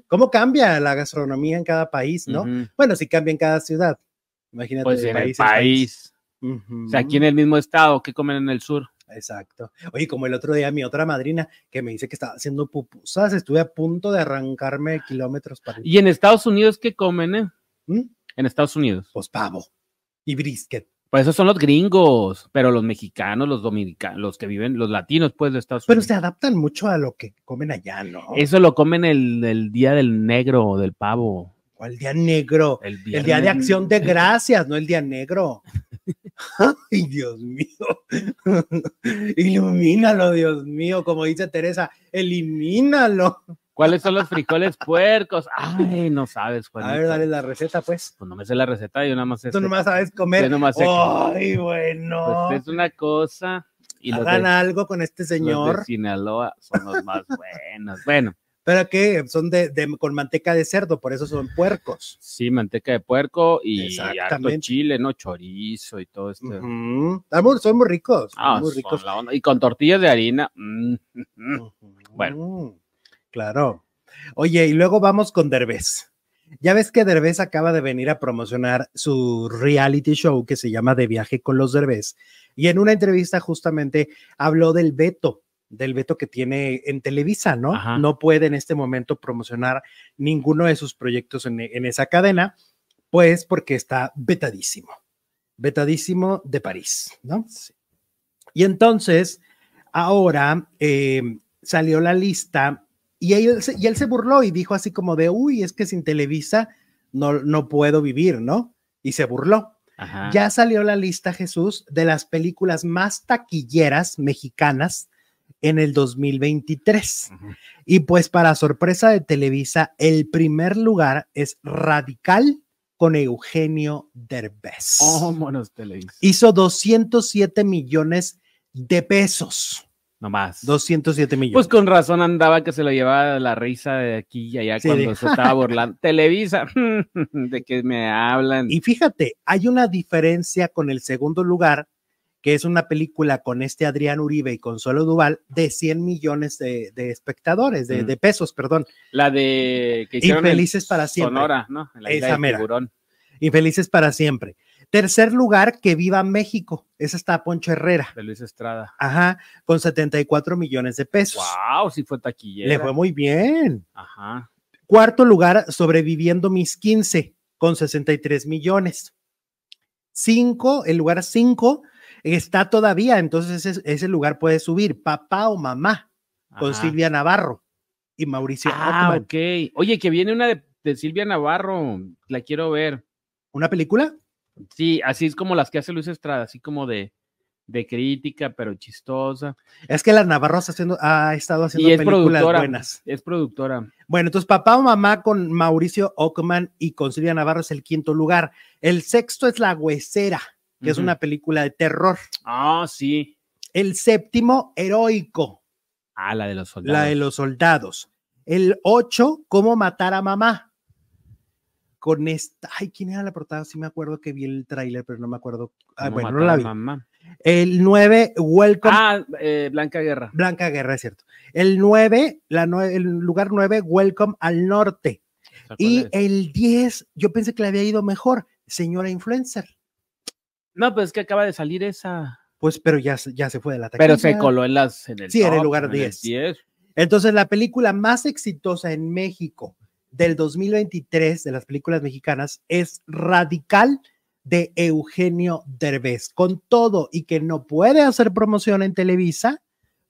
¿Cómo cambia la gastronomía en cada país, no? Ujú. Bueno, sí cambia en cada ciudad. Imagínate. Pues de en el en país. Ujú. O sea, aquí en el mismo estado, ¿qué comen en el sur? Exacto. Oye, como el otro día mi otra madrina que me dice que estaba haciendo pupusas, estuve a punto de arrancarme kilómetros para ir. Y en Estados Unidos, ¿qué comen, eh? ¿Mm? En Estados Unidos. Pues pavo y brisket. Pues esos son los gringos, pero los mexicanos, los dominicanos, los que viven, los latinos, pues de Estados Pero Unidos. se adaptan mucho a lo que comen allá, ¿no? Eso lo comen el, el día del negro, del pavo. O el día negro. El, El día de viernes. acción de gracias, no el día negro. Ay, Dios mío. Ilumínalo, Dios mío, como dice Teresa, elimínalo. ¿Cuáles son los frijoles puercos? Ay, no sabes, Juanito. A ver, dale la receta, pues. Pues no me sé la receta, yo nada más Tú este- nomás sabes yo comer. Oh. nomás sé- Ay, pues bueno. es una cosa y los de, Hagan algo con este los de señor. Sinaloa son los más buenos. Bueno, Pero que son de, de- con manteca de cerdo, por eso son puercos. sí, manteca de puerco y harto Exactamente. chile, no chorizo y todo este esto. Ujú. Están muy- Son muy ricos. Ah, muy son ricos. la onda. Y con tortillas de harina. mm, mm. Bueno. Mm, Claro. Oye, y luego vamos con Derbez. Ya ves que Derbez acaba de venir a promocionar su reality show que se llama De viaje con los Derbez. Y en una entrevista justamente habló del veto, del veto que tiene en Televisa, ¿no? Ajá. No puede en este momento promocionar ninguno de sus proyectos en, en esa cadena, pues porque está vetadísimo, vetadísimo de París, ¿no? Y entonces, ahora eh, salió la lista y él, se- y él se burló y dijo así como de, uy, es que sin Televisa no, no puedo vivir, ¿no? Y se burló. Ajá. Ya salió la lista, Jesús, de las películas más taquilleras mexicanas en el 2023. Ujú. Y pues para sorpresa de Televisa, el primer lugar es Radical con Eugenio Derbez. Vámonos, Televisa. Hizo 207 millones de pesos. Nomás. 207 millones. Pues con razón andaba que se lo llevaba la risa de aquí y allá Sí, cuando de- se estaba burlando. Televisa, de que me hablan. Y fíjate, hay una diferencia con el segundo lugar, que es una película con este Adrián Uribe y Consuelo Duval, de 100 millones de, de espectadores, de, Mm. de pesos, perdón. La de que hicieron en Infelices para siempre. Sonora, ¿no? En la isla Esa del mera. tiburón. Infelices para siempre. Tercer lugar, que viva México. Esa está Poncho Herrera. de Luis Estrada. Ajá, con 74 millones de pesos. Wow, sí fue taquillera. Le fue muy bien. Ajá. Cuarto lugar, sobreviviendo mis 15 con 63 millones. Cinco, el lugar cinco está todavía, entonces ese, ese lugar puede subir papá o mamá con ajá. Silvia Navarro y Mauricio Ah, Ockman. ok. Oye, que viene una de, de Silvia Navarro. La quiero ver. ¿Una película? Sí, así es como las que hace Luis Estrada, así como de, de crítica, pero chistosa. Es que la Navarro está haciendo, ha estado haciendo Y es películas productora. buenas. Es productora. Bueno, entonces papá o mamá con Mauricio Ockman y con Silvia Navarro es el quinto lugar. El sexto es La Huesera, que es Ujú. una película de terror. Ah, sí. El séptimo, heroico, Ah, la de los soldados. la de los soldados. El ocho, cómo matar a mamá. Con esta, ay, ¿quién era la portada? Sí me acuerdo que vi el tráiler, pero no me acuerdo. Ah, ¿Cómo bueno, no matar la a vi. mamá? El nueve, Welcome Ah, eh, Blanca Guerra. Blanca Guerra, es cierto. El 9, la nue- el lugar 9, Welcome al Norte. O sea, ¿cuál Y es? el 10, yo pensé que le había ido mejor, señora influencer. No, pues es que acaba de salir esa. Pues, pero ya, se- ya se fue de la taquilla. Pero se coló en las. En el Sí, en el top, lugar el 10. Entonces, la película más exitosa en México del 2023 de las películas mexicanas es Radical de Eugenio Derbez. Con todo y que no puede hacer promoción en Televisa,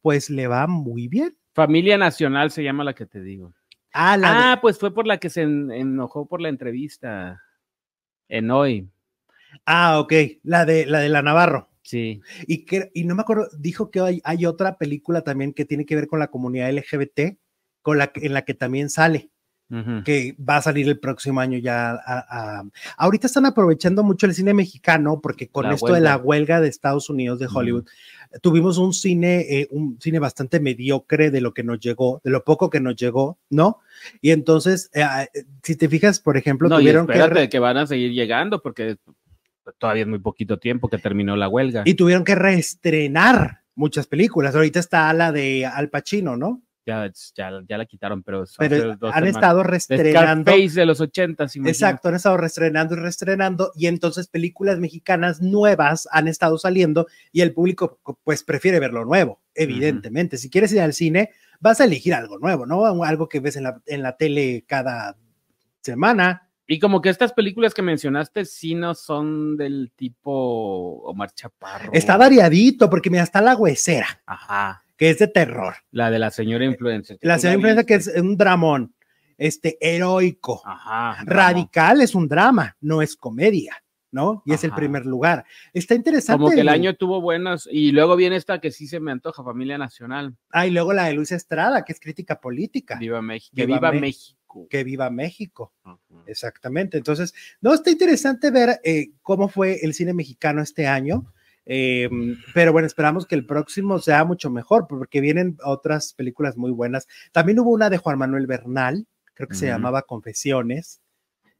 pues le va muy bien. Familia Nacional se llama la que te digo. A la de- Ah, pues fue por la que se en- enojó por la entrevista. En hoy. ah, ok, la de la de la Navarro. Sí. Y, que, y no me acuerdo, dijo que hay, hay otra película también que tiene que ver con la comunidad LGBT, con la, que- en la que también sale, ujú. que va a salir el próximo año ya. a- a- Ahorita están aprovechando mucho el cine mexicano, porque con La esto de la huelga de Estados Unidos, de Hollywood, tuvimos un cine, eh, un cine bastante mediocre de lo que nos llegó, de lo poco que nos llegó, ¿no? Y entonces, eh, ah, eh, si te fijas, por ejemplo, No, y tuvieron que... espérate re- que... van a seguir llegando porque todavía es muy poquito tiempo que terminó la huelga. Y tuvieron que reestrenar muchas películas. Ahorita está la de Al Pacino, ¿no? Ya, es- ya- ya la quitaron, pero, son pero tres- dos han semanas. estado De reestrenando. Scarface de los 80, Exacto, han estado reestrenando y reestrenando y entonces películas mexicanas nuevas han estado saliendo y el público pues prefiere ver lo nuevo, evidentemente. Si quieres ir al cine, vas a elegir algo nuevo, ¿no? Algo que ves en la, en la tele cada semana. Y como que estas películas que mencionaste sí no son del tipo Omar Chaparro. Está variadito porque mira, está La Huesera, Ajá. que es de terror. La de la señora influencer. Eh, La señora influenza que es un dramón, este, heroico. Ah, Ajá. Radical es un drama, no es comedia, ¿no? Y es el Ajá. primer lugar. Está interesante. Como que el- el año tuvo buenas. Y luego viene esta que sí se me antoja, Familia Nacional. Ah, y luego la de Luis Estrada, que es crítica política. Viva México. Que Viva viva Mex- México. Que viva México. Ajá. Exactamente. Entonces, no, está interesante ver eh, cómo fue el cine mexicano este año. eh, pero bueno, esperamos que el próximo sea mucho mejor, porque vienen otras películas muy buenas. También hubo una de Juan Manuel Bernal, creo que se Ujú. llamaba Confesiones.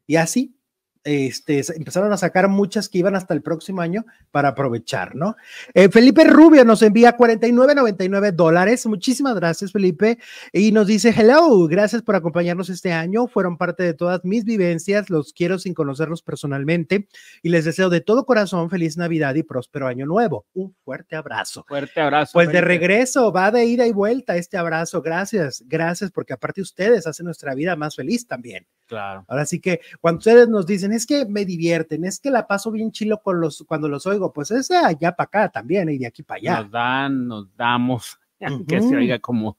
Y así. Este, se- empezaron a sacar muchas que iban hasta el próximo año para aprovechar, ¿no? Eh, Felipe Rubio nos envía 49.99 dólares. Muchísimas gracias, Felipe. Y nos dice, hello, gracias por acompañarnos este año. Fueron parte de todas mis vivencias. Los quiero sin conocerlos personalmente. Y les deseo de todo corazón feliz Navidad y próspero año nuevo. Un fuerte abrazo. Fuerte abrazo. Pues de Felipe. regreso, va de ida y vuelta este abrazo. Gracias, gracias, porque aparte ustedes hacen nuestra vida más feliz también. Claro. Ahora sí que cuando ustedes nos dicen, es que me divierten, es que la paso bien chilo con los, cuando los oigo, pues es de allá para acá también y de aquí para allá. Nos dan, nos damos. Aunque Ujú. se oiga como,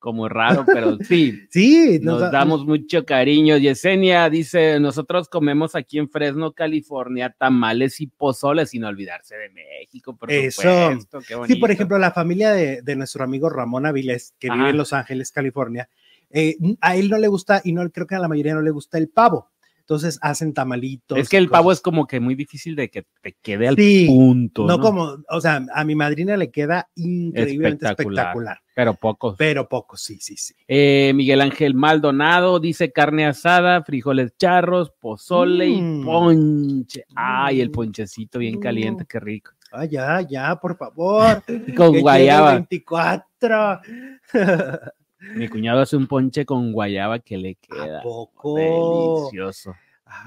como raro, pero sí. Sí, Nos da- damos mucho cariño. Yesenia dice, nosotros comemos aquí en Fresno, California, tamales y pozoles, sin olvidarse de México, por Eso. supuesto. Qué Sí, por bonito. ejemplo, la familia de, de nuestro amigo Ramón Avilés, que vive Ajá. en Los Ángeles, California, eh, a él no le gusta, y no creo que a la mayoría no le gusta el pavo. Entonces hacen tamalitos. Es que el pavo es como que muy difícil de que te quede al Sí, punto. No, No, como, o sea, a mi madrina le queda increíblemente espectacular. Espectacular. Pero poco. pero poco, sí, sí, sí. Eh, Miguel Ángel Maldonado dice carne asada, frijoles charros, pozole Mm. y ponche. Ay, el Mm. ponchecito bien caliente, Mm. qué rico. Ay, ya, ya, por favor. Y Con que llegue el guayaba. 24. Mi cuñado hace un ponche con guayaba que le ¿A queda. poco? Pues Delicioso.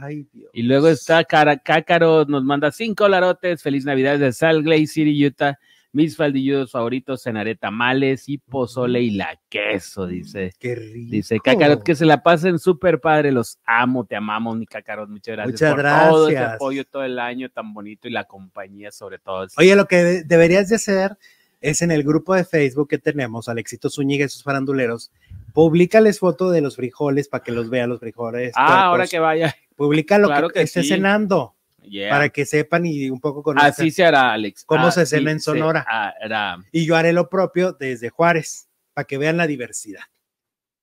Ay, Dios. Y luego está Cara Cácaro, nos manda cinco larotes. Feliz Navidad de Salt Lake City, Utah. Mis faldilludos favoritos, cenaré tamales y pozole y la queso, dice. Qué rico. Dice Cácaro, que se la pasen súper padre. Los amo, te amamos, mi Cácaro. Muchas gracias Muchas por todo ese gracias. apoyo todo el año tan bonito y la compañía, sobre todo. Oye, lo que de- deberías de hacer es en el grupo de Facebook que tenemos, Alexito Zúñiga y sus faranduleros, públicales foto de los frijoles para que los vean los frijoles. ah, ahora que vaya. Publica lo claro que, que esté sí. cenando Yeah. Ah, para que sepan y un poco conozcan. Así se hará, Alex. ¿Cómo Ah, se sí, cena en se Sonora? hará. Y yo haré lo propio desde Juárez para que vean la diversidad.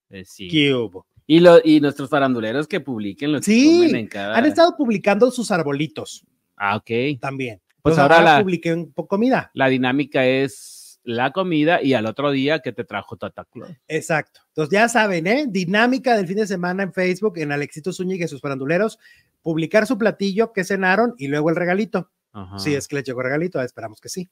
Eh, sí. ¿Qué hubo? Y, lo, y nuestros faranduleros que publiquen los Sí, que comen en cada. Han estado publicando sus arbolitos Ah, ok. también. Pues Pues ahora ahora la- publiqué un po- comida. La dinámica es la comida y al otro día que te trajo Tata Claus. Exacto. Entonces ya saben, ¿eh? Dinámica del fin de semana en Facebook, en Alexito Zúñiga y sus paranduleros, publicar su platillo que cenaron y luego el regalito. Ajá. Si es que le llegó regalito, ah, esperamos que sí.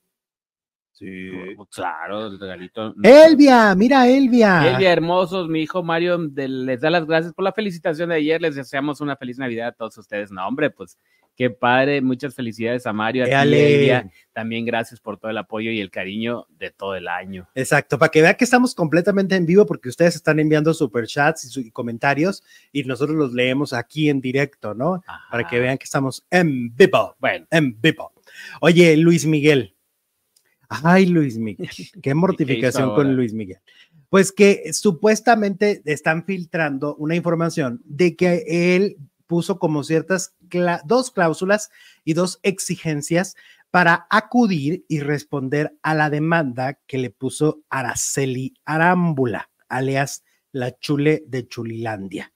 Sí. Pues, Claro, el regalito. Elvia, mira Elvia. Elvia, hermosos, mi hijo Mario de- les da las gracias por la felicitación de ayer. Les deseamos una feliz Navidad a todos ustedes. No, hombre, pues qué padre. Muchas felicidades a Mario. A ti, Éale. Elvia. También gracias por todo el apoyo y el cariño de todo el año. Exacto, para que vea que estamos completamente en vivo porque ustedes están enviando superchats y, su- y comentarios y nosotros los leemos aquí en directo, ¿no? Ajá. Para que vean que estamos en vivo, Bueno, en vivo. Oye, Luis Miguel. Ay, Luis Miguel, qué mortificación ahora? con Luis Miguel. Pues que supuestamente están filtrando una información de que él puso como ciertas cla- dos cláusulas y dos exigencias para acudir y responder a la demanda que le puso Araceli Arámbula, alias la chule de Chulilandia.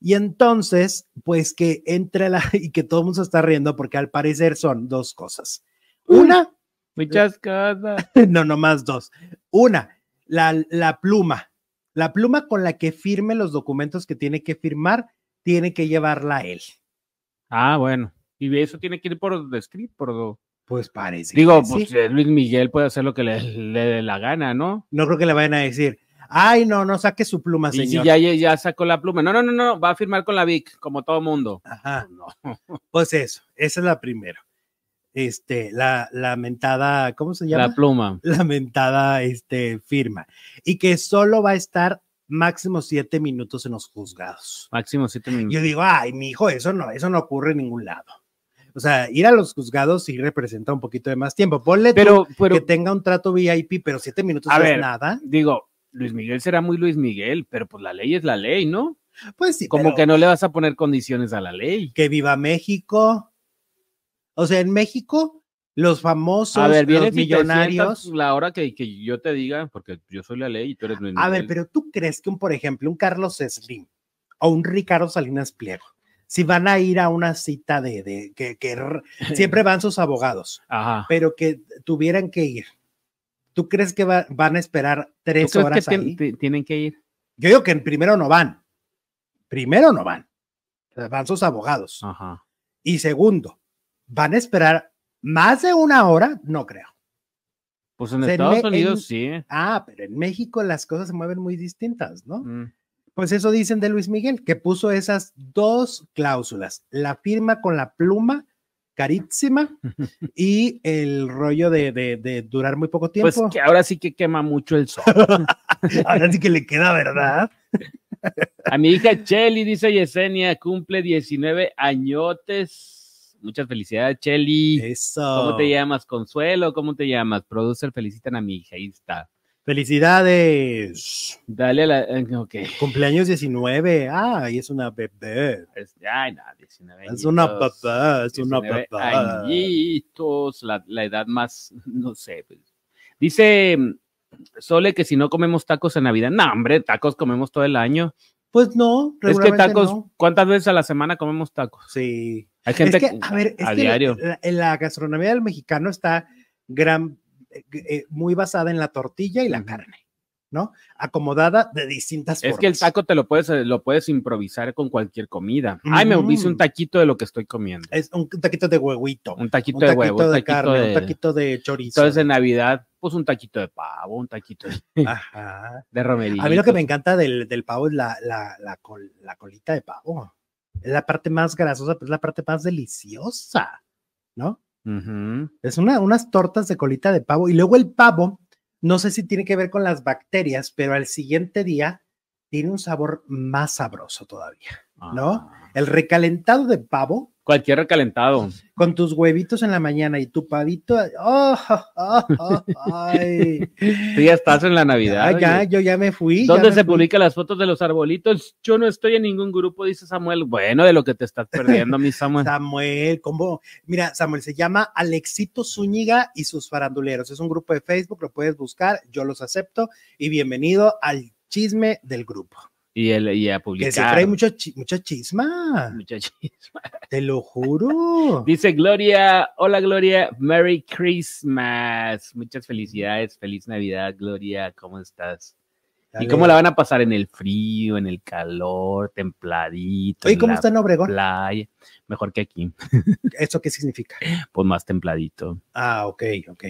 Y entonces, pues que entre la y que todo el mundo se está riendo porque al parecer son dos cosas. Una, muchas cosas. no, no más dos. Una, la, la pluma. La pluma con la que firme los documentos que tiene que firmar, tiene que llevarla él. Ah, bueno. Y eso tiene que ir por script, por do- Pues parece. Digo, que sí. pues eh, Luis Miguel puede hacer lo que le, le dé la gana, ¿no? No creo que le vayan a decir, ay, no, no saque su pluma, Y si Ah, señor. ya, ya- ya sacó la pluma. No, no, no, no, va a firmar con la Vic, como todo mundo. Ajá. No. Pues eso, esa es la primera. Este, la lamentada, ¿cómo se llama? La pluma. lamentada este, firma y que solo va a estar máximo siete minutos en los juzgados. Máximo siete minutos. Yo digo, ay, mi hijo, eso no, eso no ocurre en ningún lado. O sea, ir a los juzgados sí representa un poquito de más tiempo. Ponle tú Pero, pero, que tenga un trato VIP, pero siete minutos A no es ver. nada. digo, Luis Miguel será muy Luis Miguel, pero pues la ley es la ley, ¿no? Pues sí, Como pero que que, no le vas a poner condiciones a la ley. viva México. O sea, en México, los famosos, A ver, los vienes y te sientas pues, millonarios. la hora que, que yo te diga, porque yo soy la ley y tú eres Luis Miguel. A ver, pero tú crees que un, por ejemplo, un Carlos Slim o un Ricardo Salinas Pliego, si van a ir a una cita de, de que, que r- siempre van sus abogados, Ajá. pero que tuvieran que ir, ¿tú crees que va- van a esperar ¿Tú tres crees horas que tien- ahí? ti- tienen que ir? Yo digo que primero no van, primero no van, van sus abogados. Ajá. Y segundo, ¿van a esperar más de una hora? No creo. Pues en Se Estados le- Unidos en- sí. Ah, pero en México las cosas se mueven muy distintas, ¿no? Mm. Pues eso dicen de Luis Miguel, que puso esas dos cláusulas, la firma con la pluma carísima y el rollo de, de- de durar muy poco Pues tiempo. que ahora sí que quema mucho el sol. Ahora sí que le queda, ¿verdad? A mi hija Chelly, dice Yesenia, cumple 19 añotes. Muchas felicidades, Chelly. Eso. ¿Cómo te llamas? Consuelo, ¿cómo te llamas? Producer, felicitan a mi hija, ahí está. Felicidades. Dale a la. eh, Ok. Cumpleaños 19. Ay, es una bebé. Es- Ay, no, 19 Es una añitos, papá, es una 19 papá. añitos, la, la edad más, no sé. pues. Dice mm, Sole que si no comemos tacos en Navidad. No, hombre, tacos comemos todo el año. Pues no, Es que regularmente tacos, no. ¿cuántas veces a la semana comemos tacos? Sí. Hay gente es que, a ver, es a que diario. La, la- la gastronomía del mexicano está gran, eh, eh, muy basada en la tortilla y la Ujú. carne, ¿no? Acomodada de distintas Es que el formas. taco te lo puedes, eh, lo puedes improvisar con cualquier comida. Ay, me hice Mm. un taquito de lo que estoy comiendo. es un taquito de huevito, un Un taquito, taquito de, de huevo, un taquito carne, de... un taquito de chorizo. Entonces en Navidad, pues un taquito de pavo, un taquito de, Ajá. de romerito. A mí lo que me encanta del, del pavo es la, la, la, col- la colita de pavo. Es la parte más grasosa, pero es la parte más deliciosa, ¿no? Ujú. Es una, unas tortas de colita de pavo. Y luego el pavo, no sé si tiene que ver con las bacterias, pero al siguiente día tiene un sabor más sabroso todavía. ¿No? Ah. El recalentado de pavo Cualquier recalentado. con tus huevitos en la mañana y tu pavito. ¡Oh! oh, oh, ay. Tú ya estás en la Navidad. Ya, ya, oye. yo ya me fui. ya ¿Dónde me se fui. publican las fotos de los arbolitos? Yo no estoy en ningún grupo, dice Samuel. Bueno, de lo que te estás perdiendo, mi Samuel. Samuel, ¿cómo? Mira, Samuel se llama Alexito Zúñiga y sus faranduleros. Es un grupo de Facebook, lo puedes buscar, yo los acepto y bienvenido al chisme del grupo. y, el, y a Que publicar. se trae mucha, chi- mucha chisma. muchachos. Te lo juro. Dice Gloria, hola Gloria, Merry Christmas. Muchas felicidades, feliz Navidad, Gloria, ¿cómo estás? ¿Y cómo la van a pasar en el frío, en el calor, templadito? Oye, en ¿cómo Pues está la en Obregón? playa? Mejor que aquí, ¿Eso qué significa? pues más templadito. Ah, ok, ok.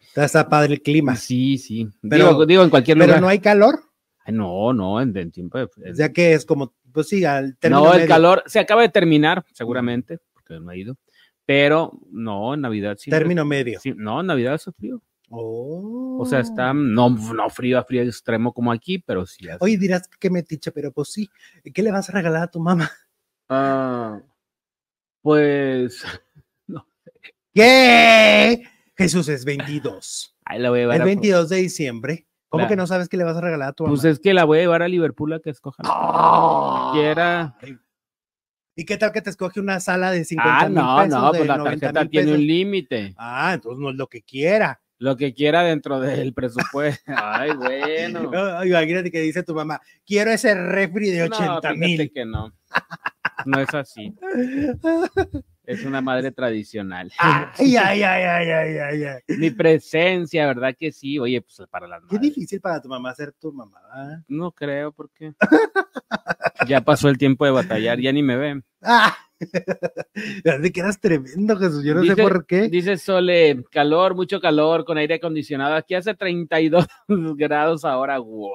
Está, está padre el clima. Sí, sí. Pero- digo, digo, en cualquier Pero lugar. no hay calor. Ay, no, no, en, en tiempo de- O sea que es como, pues sí, al término No, el medio. calor se acaba de terminar, seguramente, porque no ha ido. Pero no, en Navidad sí. Término medio. sí, no, en Navidad hace frío. Oh. O sea, está no, no frío a frío extremo como aquí, pero sí. hace- Oh. Oye, dirás que metiche, pero pues sí. ¿Qué le vas a regalar a tu mamá? Ah, pues ¿Qué? Jesús es 22. ahí la voy a llevar. El a- 22 de diciembre. ¿Cómo Claro. que no sabes qué le vas a regalar a tu mamá? Ah, Pues es que la voy a llevar a Liverpool a que Ah, escojan. Quiera. ¿Y qué tal que te escoge una sala de 50 Ah, mil no, pesos? no, de pues la 90 tarjeta mil tiene un pesos? límite. Ah, entonces no es lo que quiera. Lo que quiera dentro del presupuesto. Ay, bueno. Ay, Oh, Imagínate que dice tu mamá, quiero ese refri de 80 no, fíjate mil. que no. No es así. Es una madre tradicional. Ay, ay, ay, ay, ay, ay, ay. Mi presencia, ¿verdad que sí? Oye, pues para las Qué madres. difícil para tu mamá ser tu mamá. ¿ah? No creo, porque ya pasó el tiempo de batallar, ya ni me ven. Ah, de que eras tremendo, Jesús. Yo no sé Dice- por qué. Dice Sole, calor, mucho calor, con aire acondicionado. Aquí hace 32 grados ahora, wow.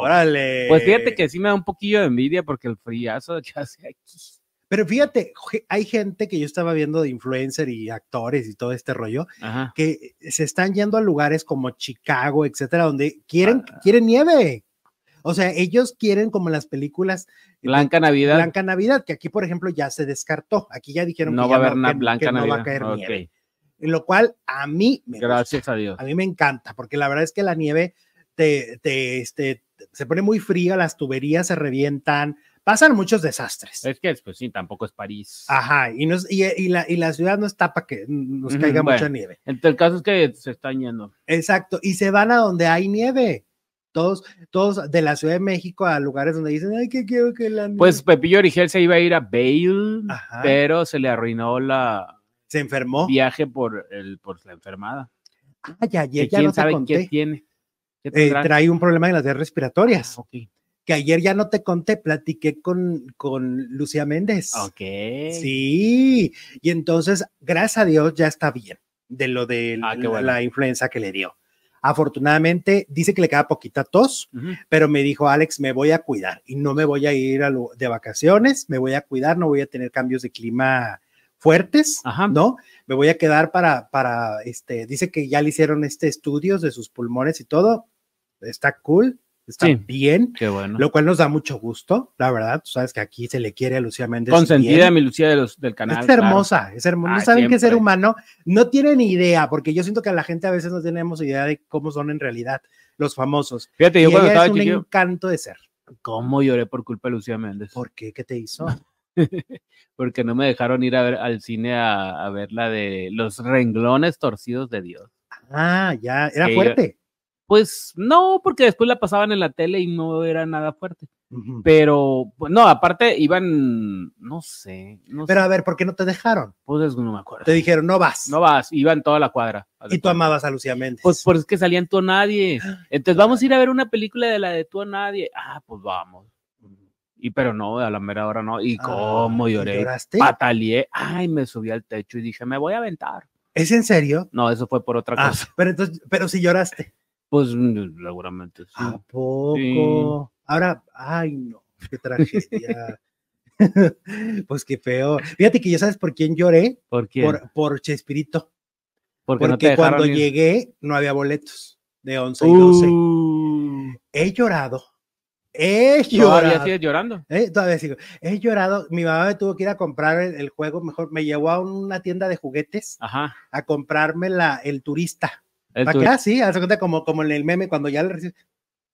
Órale. Pues fíjate que sí me da un poquillo de envidia porque el friazo que hace aquí. Pero fíjate, je- hay gente que yo estaba viendo de influencer y actores y todo este rollo Ajá. que se están yendo a lugares como Chicago, etcétera, donde quieren, Ah. quieren nieve. O sea, ellos quieren como en las películas de Blanca Navidad. Blanca Navidad, que aquí, por ejemplo, ya se descartó. Aquí ya dijeron no que va a ya haber no, una que- que Blanca no Navidad. va a caer Ok, nieve. Lo cual a mí me gusta. Gracias a Dios. A mí me encanta, porque la verdad es que la nieve te, te, este, se pone muy fría, las tuberías se revientan, pasan muchos desastres. Es que, pues sí, tampoco es París. Ajá, y, no es- y, y la, y la ciudad no está para que nos Ujú, caiga mucha bueno. nieve. Ent- El caso es que se están yendo. Exacto, y se van a donde hay nieve. Todos, todos de la Ciudad de México a lugares donde dicen, ay, que quiero que la nieve. Pues Pepillo Origel se iba a ir a Bale, Ajá. pero se le arruinó la se enfermó. viaje por el por la enfermada. Ay, ayer Que ya quién no te sabe qué conté. tiene. ¿Qué Eh, tendrá? trae un problema en las vías respiratorias, Ah, ok. que ayer ya no te conté, platiqué con, con Lucía Méndez. Ah, Ok. Sí, y entonces, gracias a Dios, ya está bien de lo de Ah, qué la, bueno. la influenza que le dio. Afortunadamente, dice que le queda poquita tos, Ujú. pero me dijo Alex, me voy a cuidar y no me voy a ir a lo- de vacaciones, me voy a cuidar, no voy a tener cambios de clima fuertes, Ajá. ¿no? Me voy a quedar para, para, este, dice que ya le hicieron este estudios de sus pulmones y todo, está cool, está Sí. bien, Qué bueno. lo cual nos da mucho gusto, la verdad, tú sabes que aquí se le quiere a Lucía Méndez. bien. Consentida mi Lucía de los, del canal. Es claro. hermosa, es hermosa. No Ah, saben qué ser siempre. humano, no tienen idea, porque yo siento que la gente a veces no tenemos idea de cómo son en realidad los famosos. Fíjate, Y yo cuando ella es estaba un chiquillo, encanto de ser. ¿cómo lloré por culpa de Lucía Méndez? ¿Por qué? ¿Qué te hizo? Porque no me dejaron ir a ver al cine a, a ver la de Los renglones torcidos de Dios. Ah, ya, era Que yo- fuerte. Pues no, porque después la pasaban en la tele y no era nada fuerte. Ujú. Pero, pues, no, aparte iban, no sé, no Pero sé, a ver, ¿por qué no te dejaron? pues es que no me acuerdo. Te dijeron, no vas. No vas, iban toda la cuadra. haz de y tú cuenta. amabas a Lucía Méndez. Pues por es que salían tú a nadie. Entonces vamos a ir a ver una película de la de tú a nadie. Ah, pues vamos. Y pero no, a la mera hora no. Y Ah, cómo ¿y lloré. Ah. ¿Lloraste? Pataleé. Ay, me subí al techo y dije, me voy a aventar. ¿Es en serio? No, eso fue por otra Ah, cosa. pero entonces, pero si lloraste. Pues mm, seguramente sí. ¿A poco? Ahora, ay, no, qué tragedia. pues qué feo. Fíjate que yo sabes por quién lloré. ¿Por quién? por, por Chespirito, Porque, porque no te dejaron cuando ir. llegué no había boletos de 11 y 12. Uh, He llorado, he todavía llorado. sigues llorando. eh, todavía sigo. He llorado. Mi mamá me tuvo que ir a comprar el, el juego. Mejor me llevó a una tienda de juguetes Ajá. a comprarme la, el turista. el ¿Para tu- qué? Ah, sí, haz de cuenta como, como en el meme, cuando ya le recibes,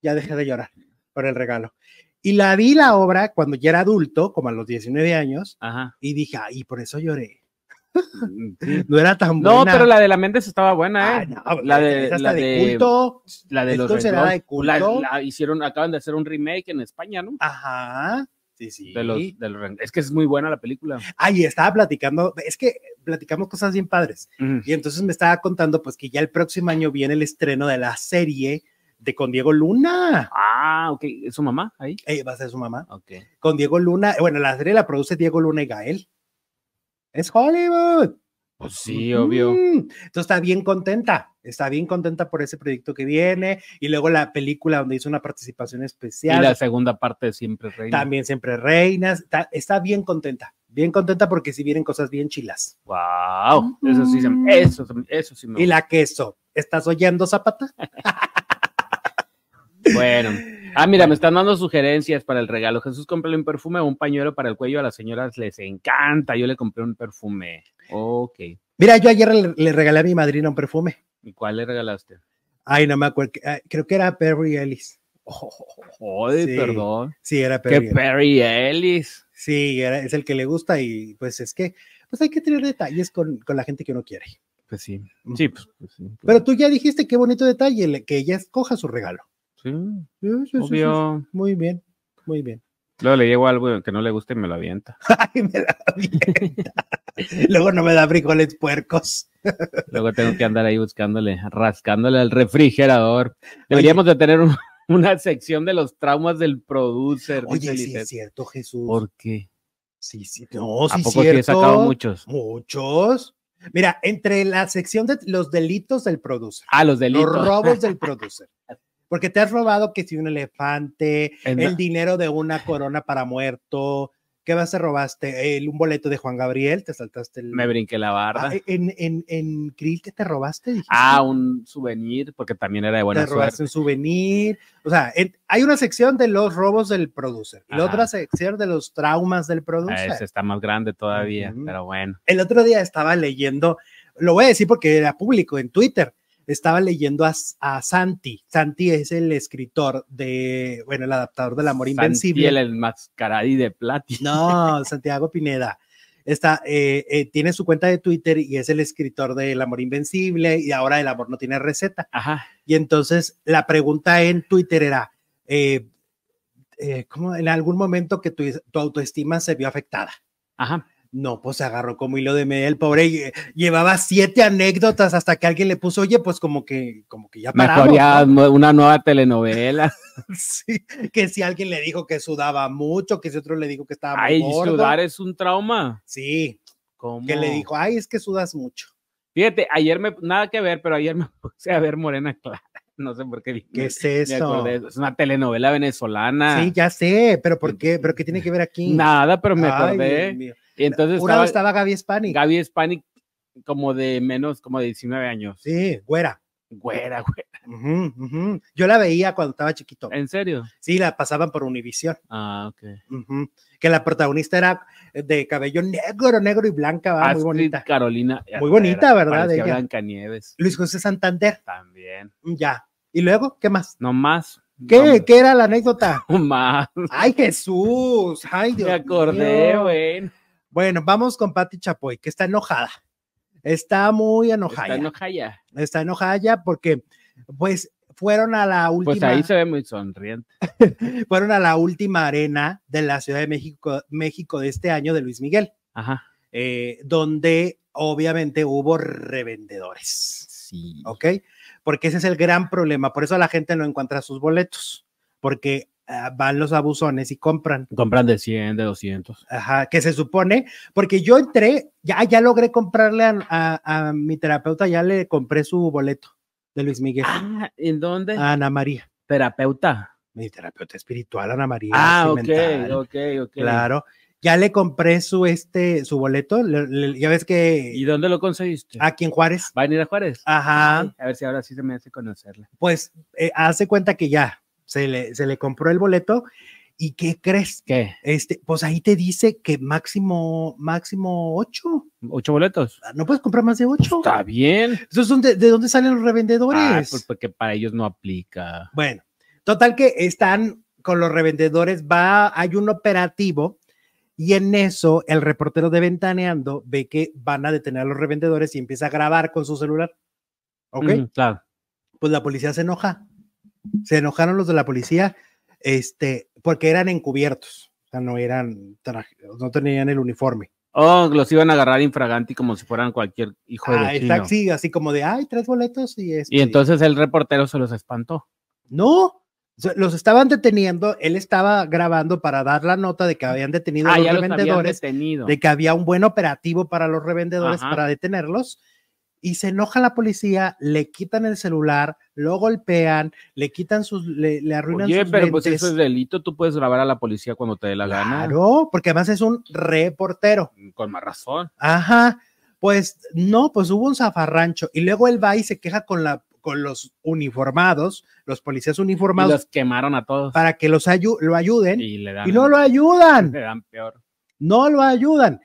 ya dejé de llorar por el regalo. Y la vi la obra cuando ya era adulto, como a los 19 años, Ajá. Mm, y dije, ay, por eso lloré. No era tan No, buena. pero la de la Méndez estaba buena, Ah, ¿eh? no, la de- es hasta la de, de- culto. La de ¿Es los considerada Rendón. de culto? La, la hicieron, acaban de hacer un remake en España, ¿no? Ajá. Sí, sí. De los, de los Rendón. Es que es muy buena la película. Ay, estaba platicando, es que platicamos cosas bien padres. Y entonces me estaba contando, pues, que ya el próximo año viene el estreno de la serie de con Diego Luna. Ah, ok. ¿Es su mamá ahí? Eh, va a ser su mamá. Ok. Con Diego Luna, bueno, la serie la produce Diego Luna y Gael. Es Hollywood. Pues sí, Ujú. obvio. Entonces está bien contenta, está bien contenta por ese proyecto que viene y luego la película donde hizo una participación Y especial. la segunda parte siempre reina. También siempre reinas, está, está bien contenta, bien contenta porque si vienen cosas bien chilas. Wow. Eso sí, se- eso, eso sí me Mm. Y la queso, ¿estás oyendo Zapata? Bueno. Ah, mira, me están dando sugerencias para el regalo. Jesús, cómprale un perfume o un pañuelo para el cuello. A las señoras les encanta. Yo le compré un perfume. Ok. Mira, yo ayer le, le regalé a mi madrina un perfume. ¿Y cuál le regalaste? Ay, no me acuerdo, que- ah, creo que era Perry Ellis. Oh, Joder, Sí. perdón. sí, era Que Perry. Ellis. Perry Ellis. Sí, era- es el que le gusta y pues es que pues hay que tener detalles con, con la gente que uno quiere. Pues sí. Sí, pues, pues sí. Pero tú ya dijiste qué bonito detalle, le- que ella escoja su regalo. Sí, Sí, sí, pues, sí, sí, sí. obvio. Muy bien, muy bien. Luego le llevo algo que no le guste y me lo avienta. Ay, me da avienta. Luego no me da frijoles puercos. Luego tengo que andar ahí buscándole, rascándole al refrigerador. Deberíamos de tener un- una sección de los traumas del producer. Oye, dice sí Lisette. es cierto, Jesús. ¿Por qué? Sí, sí, no, ¿A sí es poco sí he cierto. sacado muchos? Muchos. Mira, entre la sección de los delitos del producer, Ah, los delitos. los robos del producer. Porque te has robado que si un elefante, En- el dinero de una corona para muerto, ¿qué más te robaste? El- un boleto de Juan Gabriel, te saltaste el... Me brinqué la barda. Ah, en, en, en Krill que te robaste, dijiste. Ah, un souvenir, porque también era de buena te robaste suerte. un souvenir. O sea, en- hay una sección de los robos del producer, y la Ajá. otra sección de los traumas del Ah, producer. Ese está más grande todavía, Ujú. pero bueno. El otro día estaba leyendo, lo voy a decir porque era público en Twitter, estaba leyendo a, a Santi. Santi es el escritor de, bueno, el adaptador del amor invencible. Santiel, el enmascaradí de plati. No, Santiago Pineda. Está, eh, eh, tiene su cuenta de Twitter y es el escritor de El Amor Invencible y ahora El Amor no tiene receta. Ajá. Y entonces la pregunta en Twitter era, eh, eh, ¿cómo en algún momento que tu, tu autoestima se vio afectada? Ajá. No, pues se agarró como hilo de media el pobre. lle- Llevaba siete anécdotas hasta que alguien le puso, oye, pues como que, como que ya paramos. Mejor ya ¿no?". mu- una nueva telenovela. Sí, que si alguien le dijo que sudaba mucho, que si otro le dijo que estaba muy Ay, gordo. sudar es un trauma. Sí, ¿Cómo? que le dijo, ay, es que sudas mucho. Fíjate, ayer me, nada que ver, pero ayer me puse a ver Morena Clara. No sé por qué dije- ¿Qué es me eso? acordé de eso. Es una telenovela venezolana. Sí, ya sé, pero ¿por qué? ¿Pero qué tiene que ver aquí? Nada, pero me Ay, acordé. Dios mío. y entonces Una estaba, vez estaba Gaby Spani. Gaby Hispanic como de menos, como de 19 años. Sí, güera. Güera, güera. Ujú, ujú. Yo la veía cuando estaba chiquito. ¿En serio? Sí, la pasaban por Univisión. Ah, ok. Ujú. Que la protagonista era eh, de cabello negro, negro y blanca, va, Ah, muy Astrid bonita. Carolina. Muy bonita, Herrera, ¿verdad, parecía ella? Blancanieves Luis José Santander, mm, también. ya. ¿Y luego qué más? No más. ¿Qué, No, ¿Qué era la anécdota? no más. ¡Ay, Jesús! ¡Ay, Dios Me acordé, mío! güey. Bueno, vamos con Patti Chapoy, que está enojada. Está muy enojada. Está enojada. Está enojada ya porque, pues, fueron a la última. Pues ahí se ve muy sonriente. fueron a la última arena de la Ciudad de México, México de este año de Luis Miguel, Ajá. eh, donde obviamente hubo revendedores, Sí. ¿ok? Porque ese es el gran problema, por eso la gente no encuentra sus boletos, porque ah, van los abusones y compran. Compran de 100, de 200. Ajá, que se supone, porque yo entré, ya, ya logré comprarle a, a- a mi terapeuta, ya le compré su boleto de Luis Miguel, Ah, ¿en dónde? a Ana María, Terapeuta. mi terapeuta espiritual, Ana María. Ah, así ok, mental. ok, ok. Claro. Ya le compré su este su boleto. le- le- ya ves ¿Y que dónde lo conseguiste? aquí en Juárez. ¿Va a venir a Juárez? Ajá. Ay, A ver si ahora sí se me hace conocerla. Pues eh, hace cuenta que ya se le, se le compró el boleto. ¿Y qué crees? ¿Qué? Este, pues ahí te dice que máximo, máximo ocho. ah, ¿Ocho boletos? No puedes comprar más de ocho. Está bien. Esos son de, de dónde salen los revendedores. Ah, pues porque para ellos no aplica. Bueno, total que están con los revendedores, va, hay un operativo Y en eso, el reportero de Ventaneando ve que van a detener a los revendedores y empieza a grabar con su celular. ¿Ok? Mm, claro. Pues la policía se enoja. Se enojaron los de la policía, este, porque eran encubiertos. O sea, no eran, traje- no tenían el uniforme. Oh, los iban a agarrar infraganti como si fueran cualquier hijo de Ah, el vecino. taxi, así como de, ay, tres boletos y este. Y entonces el reportero se los espantó. No, o sea, los estaban deteniendo. Él estaba grabando para dar la nota de que habían detenido Ah, a los ya los habían revendedores, detenido. de que había un buen operativo para los revendedores Ajá. para detenerlos. Y se enoja la policía, le quitan el celular, lo golpean, le quitan sus, le, le arruinan Oye, sus pero pues lentes. eso es delito. Tú puedes grabar a la policía cuando te dé la gana. Claro, porque además es un reportero. Con más razón. Ajá, pues no, pues hubo un zafarrancho y luego él va y se queja con la con los uniformados, los policías Y uniformados los quemaron a todos. para que los ayu- lo ayuden y, Y le dan, no lo le ayudan, dan peor. no lo ayudan.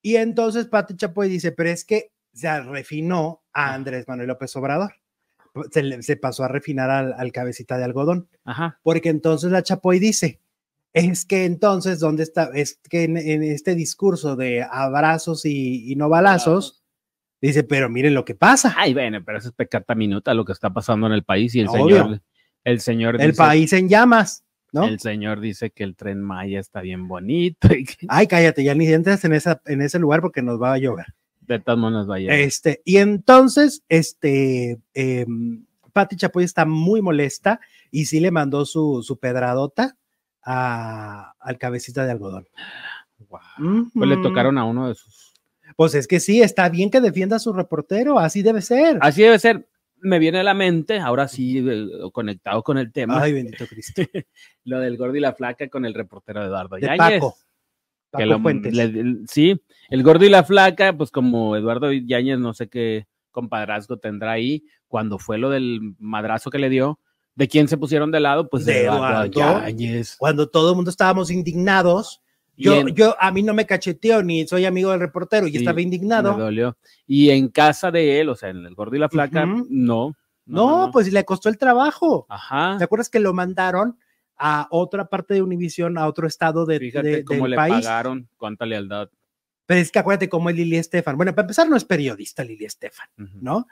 Y entonces Pati Chapoy dice, pero es que se refinó a Andrés Manuel López Obrador. Se, le- se pasó a refinar al, al cabecita de algodón, Ajá. porque entonces la Chapoy dice, es que entonces, ¿dónde está? Es que en, en este discurso de abrazos y, y no balazos, dice, pero miren lo que pasa. Ay, bueno, pero eso es pecata minuta lo que está pasando en el país y el Obvio. señor, el señor, El dice, país en llamas, ¿no? el señor dice que el tren Maya está bien bonito y que Ay, cállate, ya ni entres en, esa, en ese lugar porque nos va a llover. de todas maneras vaya. Este, y entonces, este, em, Pati Chapoy está muy molesta y sí le mandó su, su pedradota a- al cabecita de algodón. Guau. Pues le Ujú. tocaron a uno de sus. Pues es que sí, está bien que defienda a su reportero, así debe ser. Así debe ser. Me viene a la mente, ahora sí, eh, conectado con el tema, Ay, bendito Cristo. lo del gordo y la flaca con el reportero Eduardo De Yáñez. Paco. que Paco lo- Fuentes. le- el- sí, el gordo y la flaca, pues como Eduardo Yáñez, no sé qué compadrazgo tendrá ahí, cuando fue lo del madrazo que le dio, ¿de quién se pusieron de lado? Pues de De Eduardo Eduardo. Yáñez. Cuando todo el mundo estábamos indignados, yo, Y en- yo, a mí no me cacheteo ni soy amigo del reportero y Sí, estaba indignado. me dolió. Y en casa de él, o sea, en el gordo y la flaca, Ujú. no, Ah. No, pues le costó el trabajo. Ajá. ¿Te acuerdas que lo mandaron a otra parte de Univisión, a otro estado de, Fíjate de- cómo del le país? pagaron, cuánta lealtad. Pero es que acuérdate cómo es Lili Estefan. Bueno, para empezar, no es periodista Lili Estefan, Ujú. ¿no?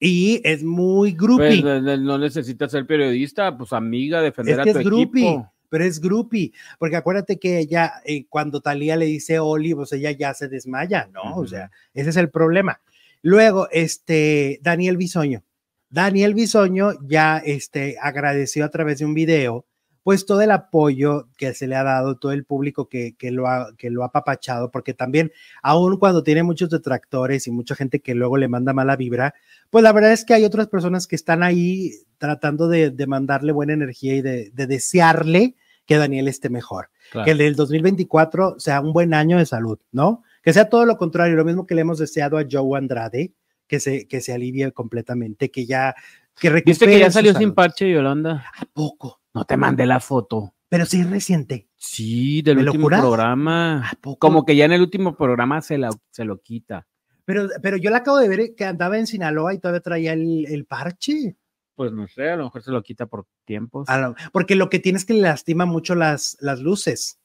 Y es muy groupie, Pues, eh, no necesitas ser periodista, pues amiga, defender Es que a tu es groupie. equipo. pero es groupie, porque acuérdate que ella, eh, cuando Talía le dice Oli, pues ella ya se desmaya, ¿no? O Ujú. sea, ese es el problema. Luego, este, Daniel Bisoño. Daniel Bisoño ya este, agradeció a través de un video, pues todo el apoyo que se le ha dado, todo el público que, que, lo, ha, que lo ha apapachado, porque también, aun cuando tiene muchos detractores y mucha gente que luego le manda mala vibra, pues la verdad es que hay otras personas que están ahí tratando de, de mandarle buena energía y de, de desearle que Daniel esté mejor Claro. que el del 2024 sea un buen año de salud, ¿no? Que sea todo lo contrario, lo mismo que le hemos deseado a Joe Andrade, que se, que se alivie completamente, que ya, que recupere Viste que ya su salió salud. sin parche, Yolanda. ¿A poco? No te mandé la foto. Pero sí reciente. Sí, del ¿Me lo último juras? Ah, programa. ¿A poco? Como que ya en el último programa se, la, se lo quita. Pero, pero yo la acabo de ver eh, que andaba en Sinaloa y todavía traía el, el parche. Pues no sé, a lo mejor se lo quita por tiempos. A la- Porque lo que tiene es que le lastima mucho las, las luces.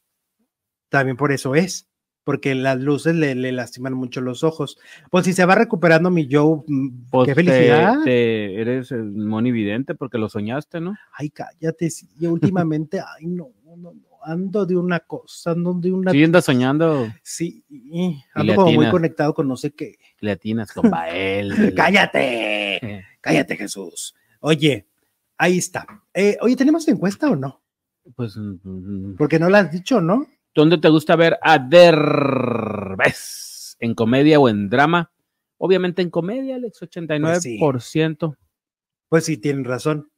También por eso es. Porque las luces le, le lastiman mucho los ojos. Pues si se va recuperando mi Joe, mm, Pues qué te- felicidad. te- eres eh, monividente porque lo soñaste, ¿no? ay, cállate, sí, yo últimamente, ay, no, no, no, ando de una cosa, ando de una, Sí, andas soñando sí, y ando le como muy atinas. conectado con no sé qué. latinas con Bael. Cállate, Eh, cállate, Jesús. Oye, ahí está. Eh, oye, ¿tenemos encuesta o no? Pues, mm, mm. Porque no la has dicho, ¿no? ¿dónde te gusta ver a Derbez? ¿En comedia o en drama? Obviamente en comedia, Alex, 89%. Pues sí, tienen razón.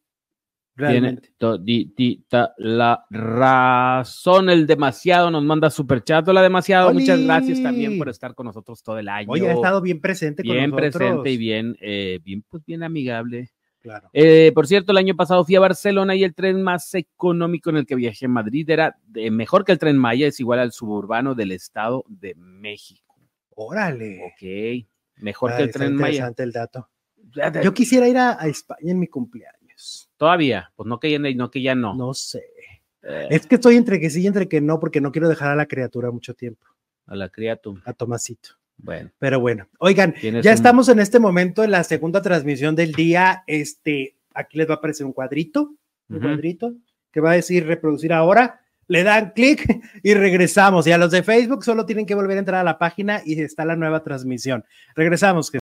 Tiene Realmente. toditita la razón. El demasiado nos manda superchat. Hola, demasiado. Muchas ¡Oli! gracias también por estar con nosotros todo el año. Oye, ha estado bien presente con bien nosotros. presente y bien, eh, bien, pues bien amigable. Claro. Eh, por cierto, el año pasado fui a Barcelona y el tren más económico en el que viajé a Madrid era de- mejor que el tren Maya, es igual al suburbano del Estado de México. Órale. Ok. Mejor Ah, que el está tren Maya. interesante el dato. Yo quisiera ir a, a España en mi cumpleaños. Todavía, pues no que ya, no que ya no. No sé. Es que estoy entre que sí y entre que no, porque no quiero dejar a la criatura mucho tiempo, a la criatura. a Tomasito. Bueno, Pero bueno, oigan, tienes ya un- estamos en este momento en la segunda transmisión del día. Este, aquí les va a aparecer un cuadrito, un Ujú. cuadrito que va a decir reproducir ahora. Le dan clic y regresamos. Y a los de Facebook solo tienen que volver a entrar a la página y está la nueva transmisión. Regresamos. Jesús.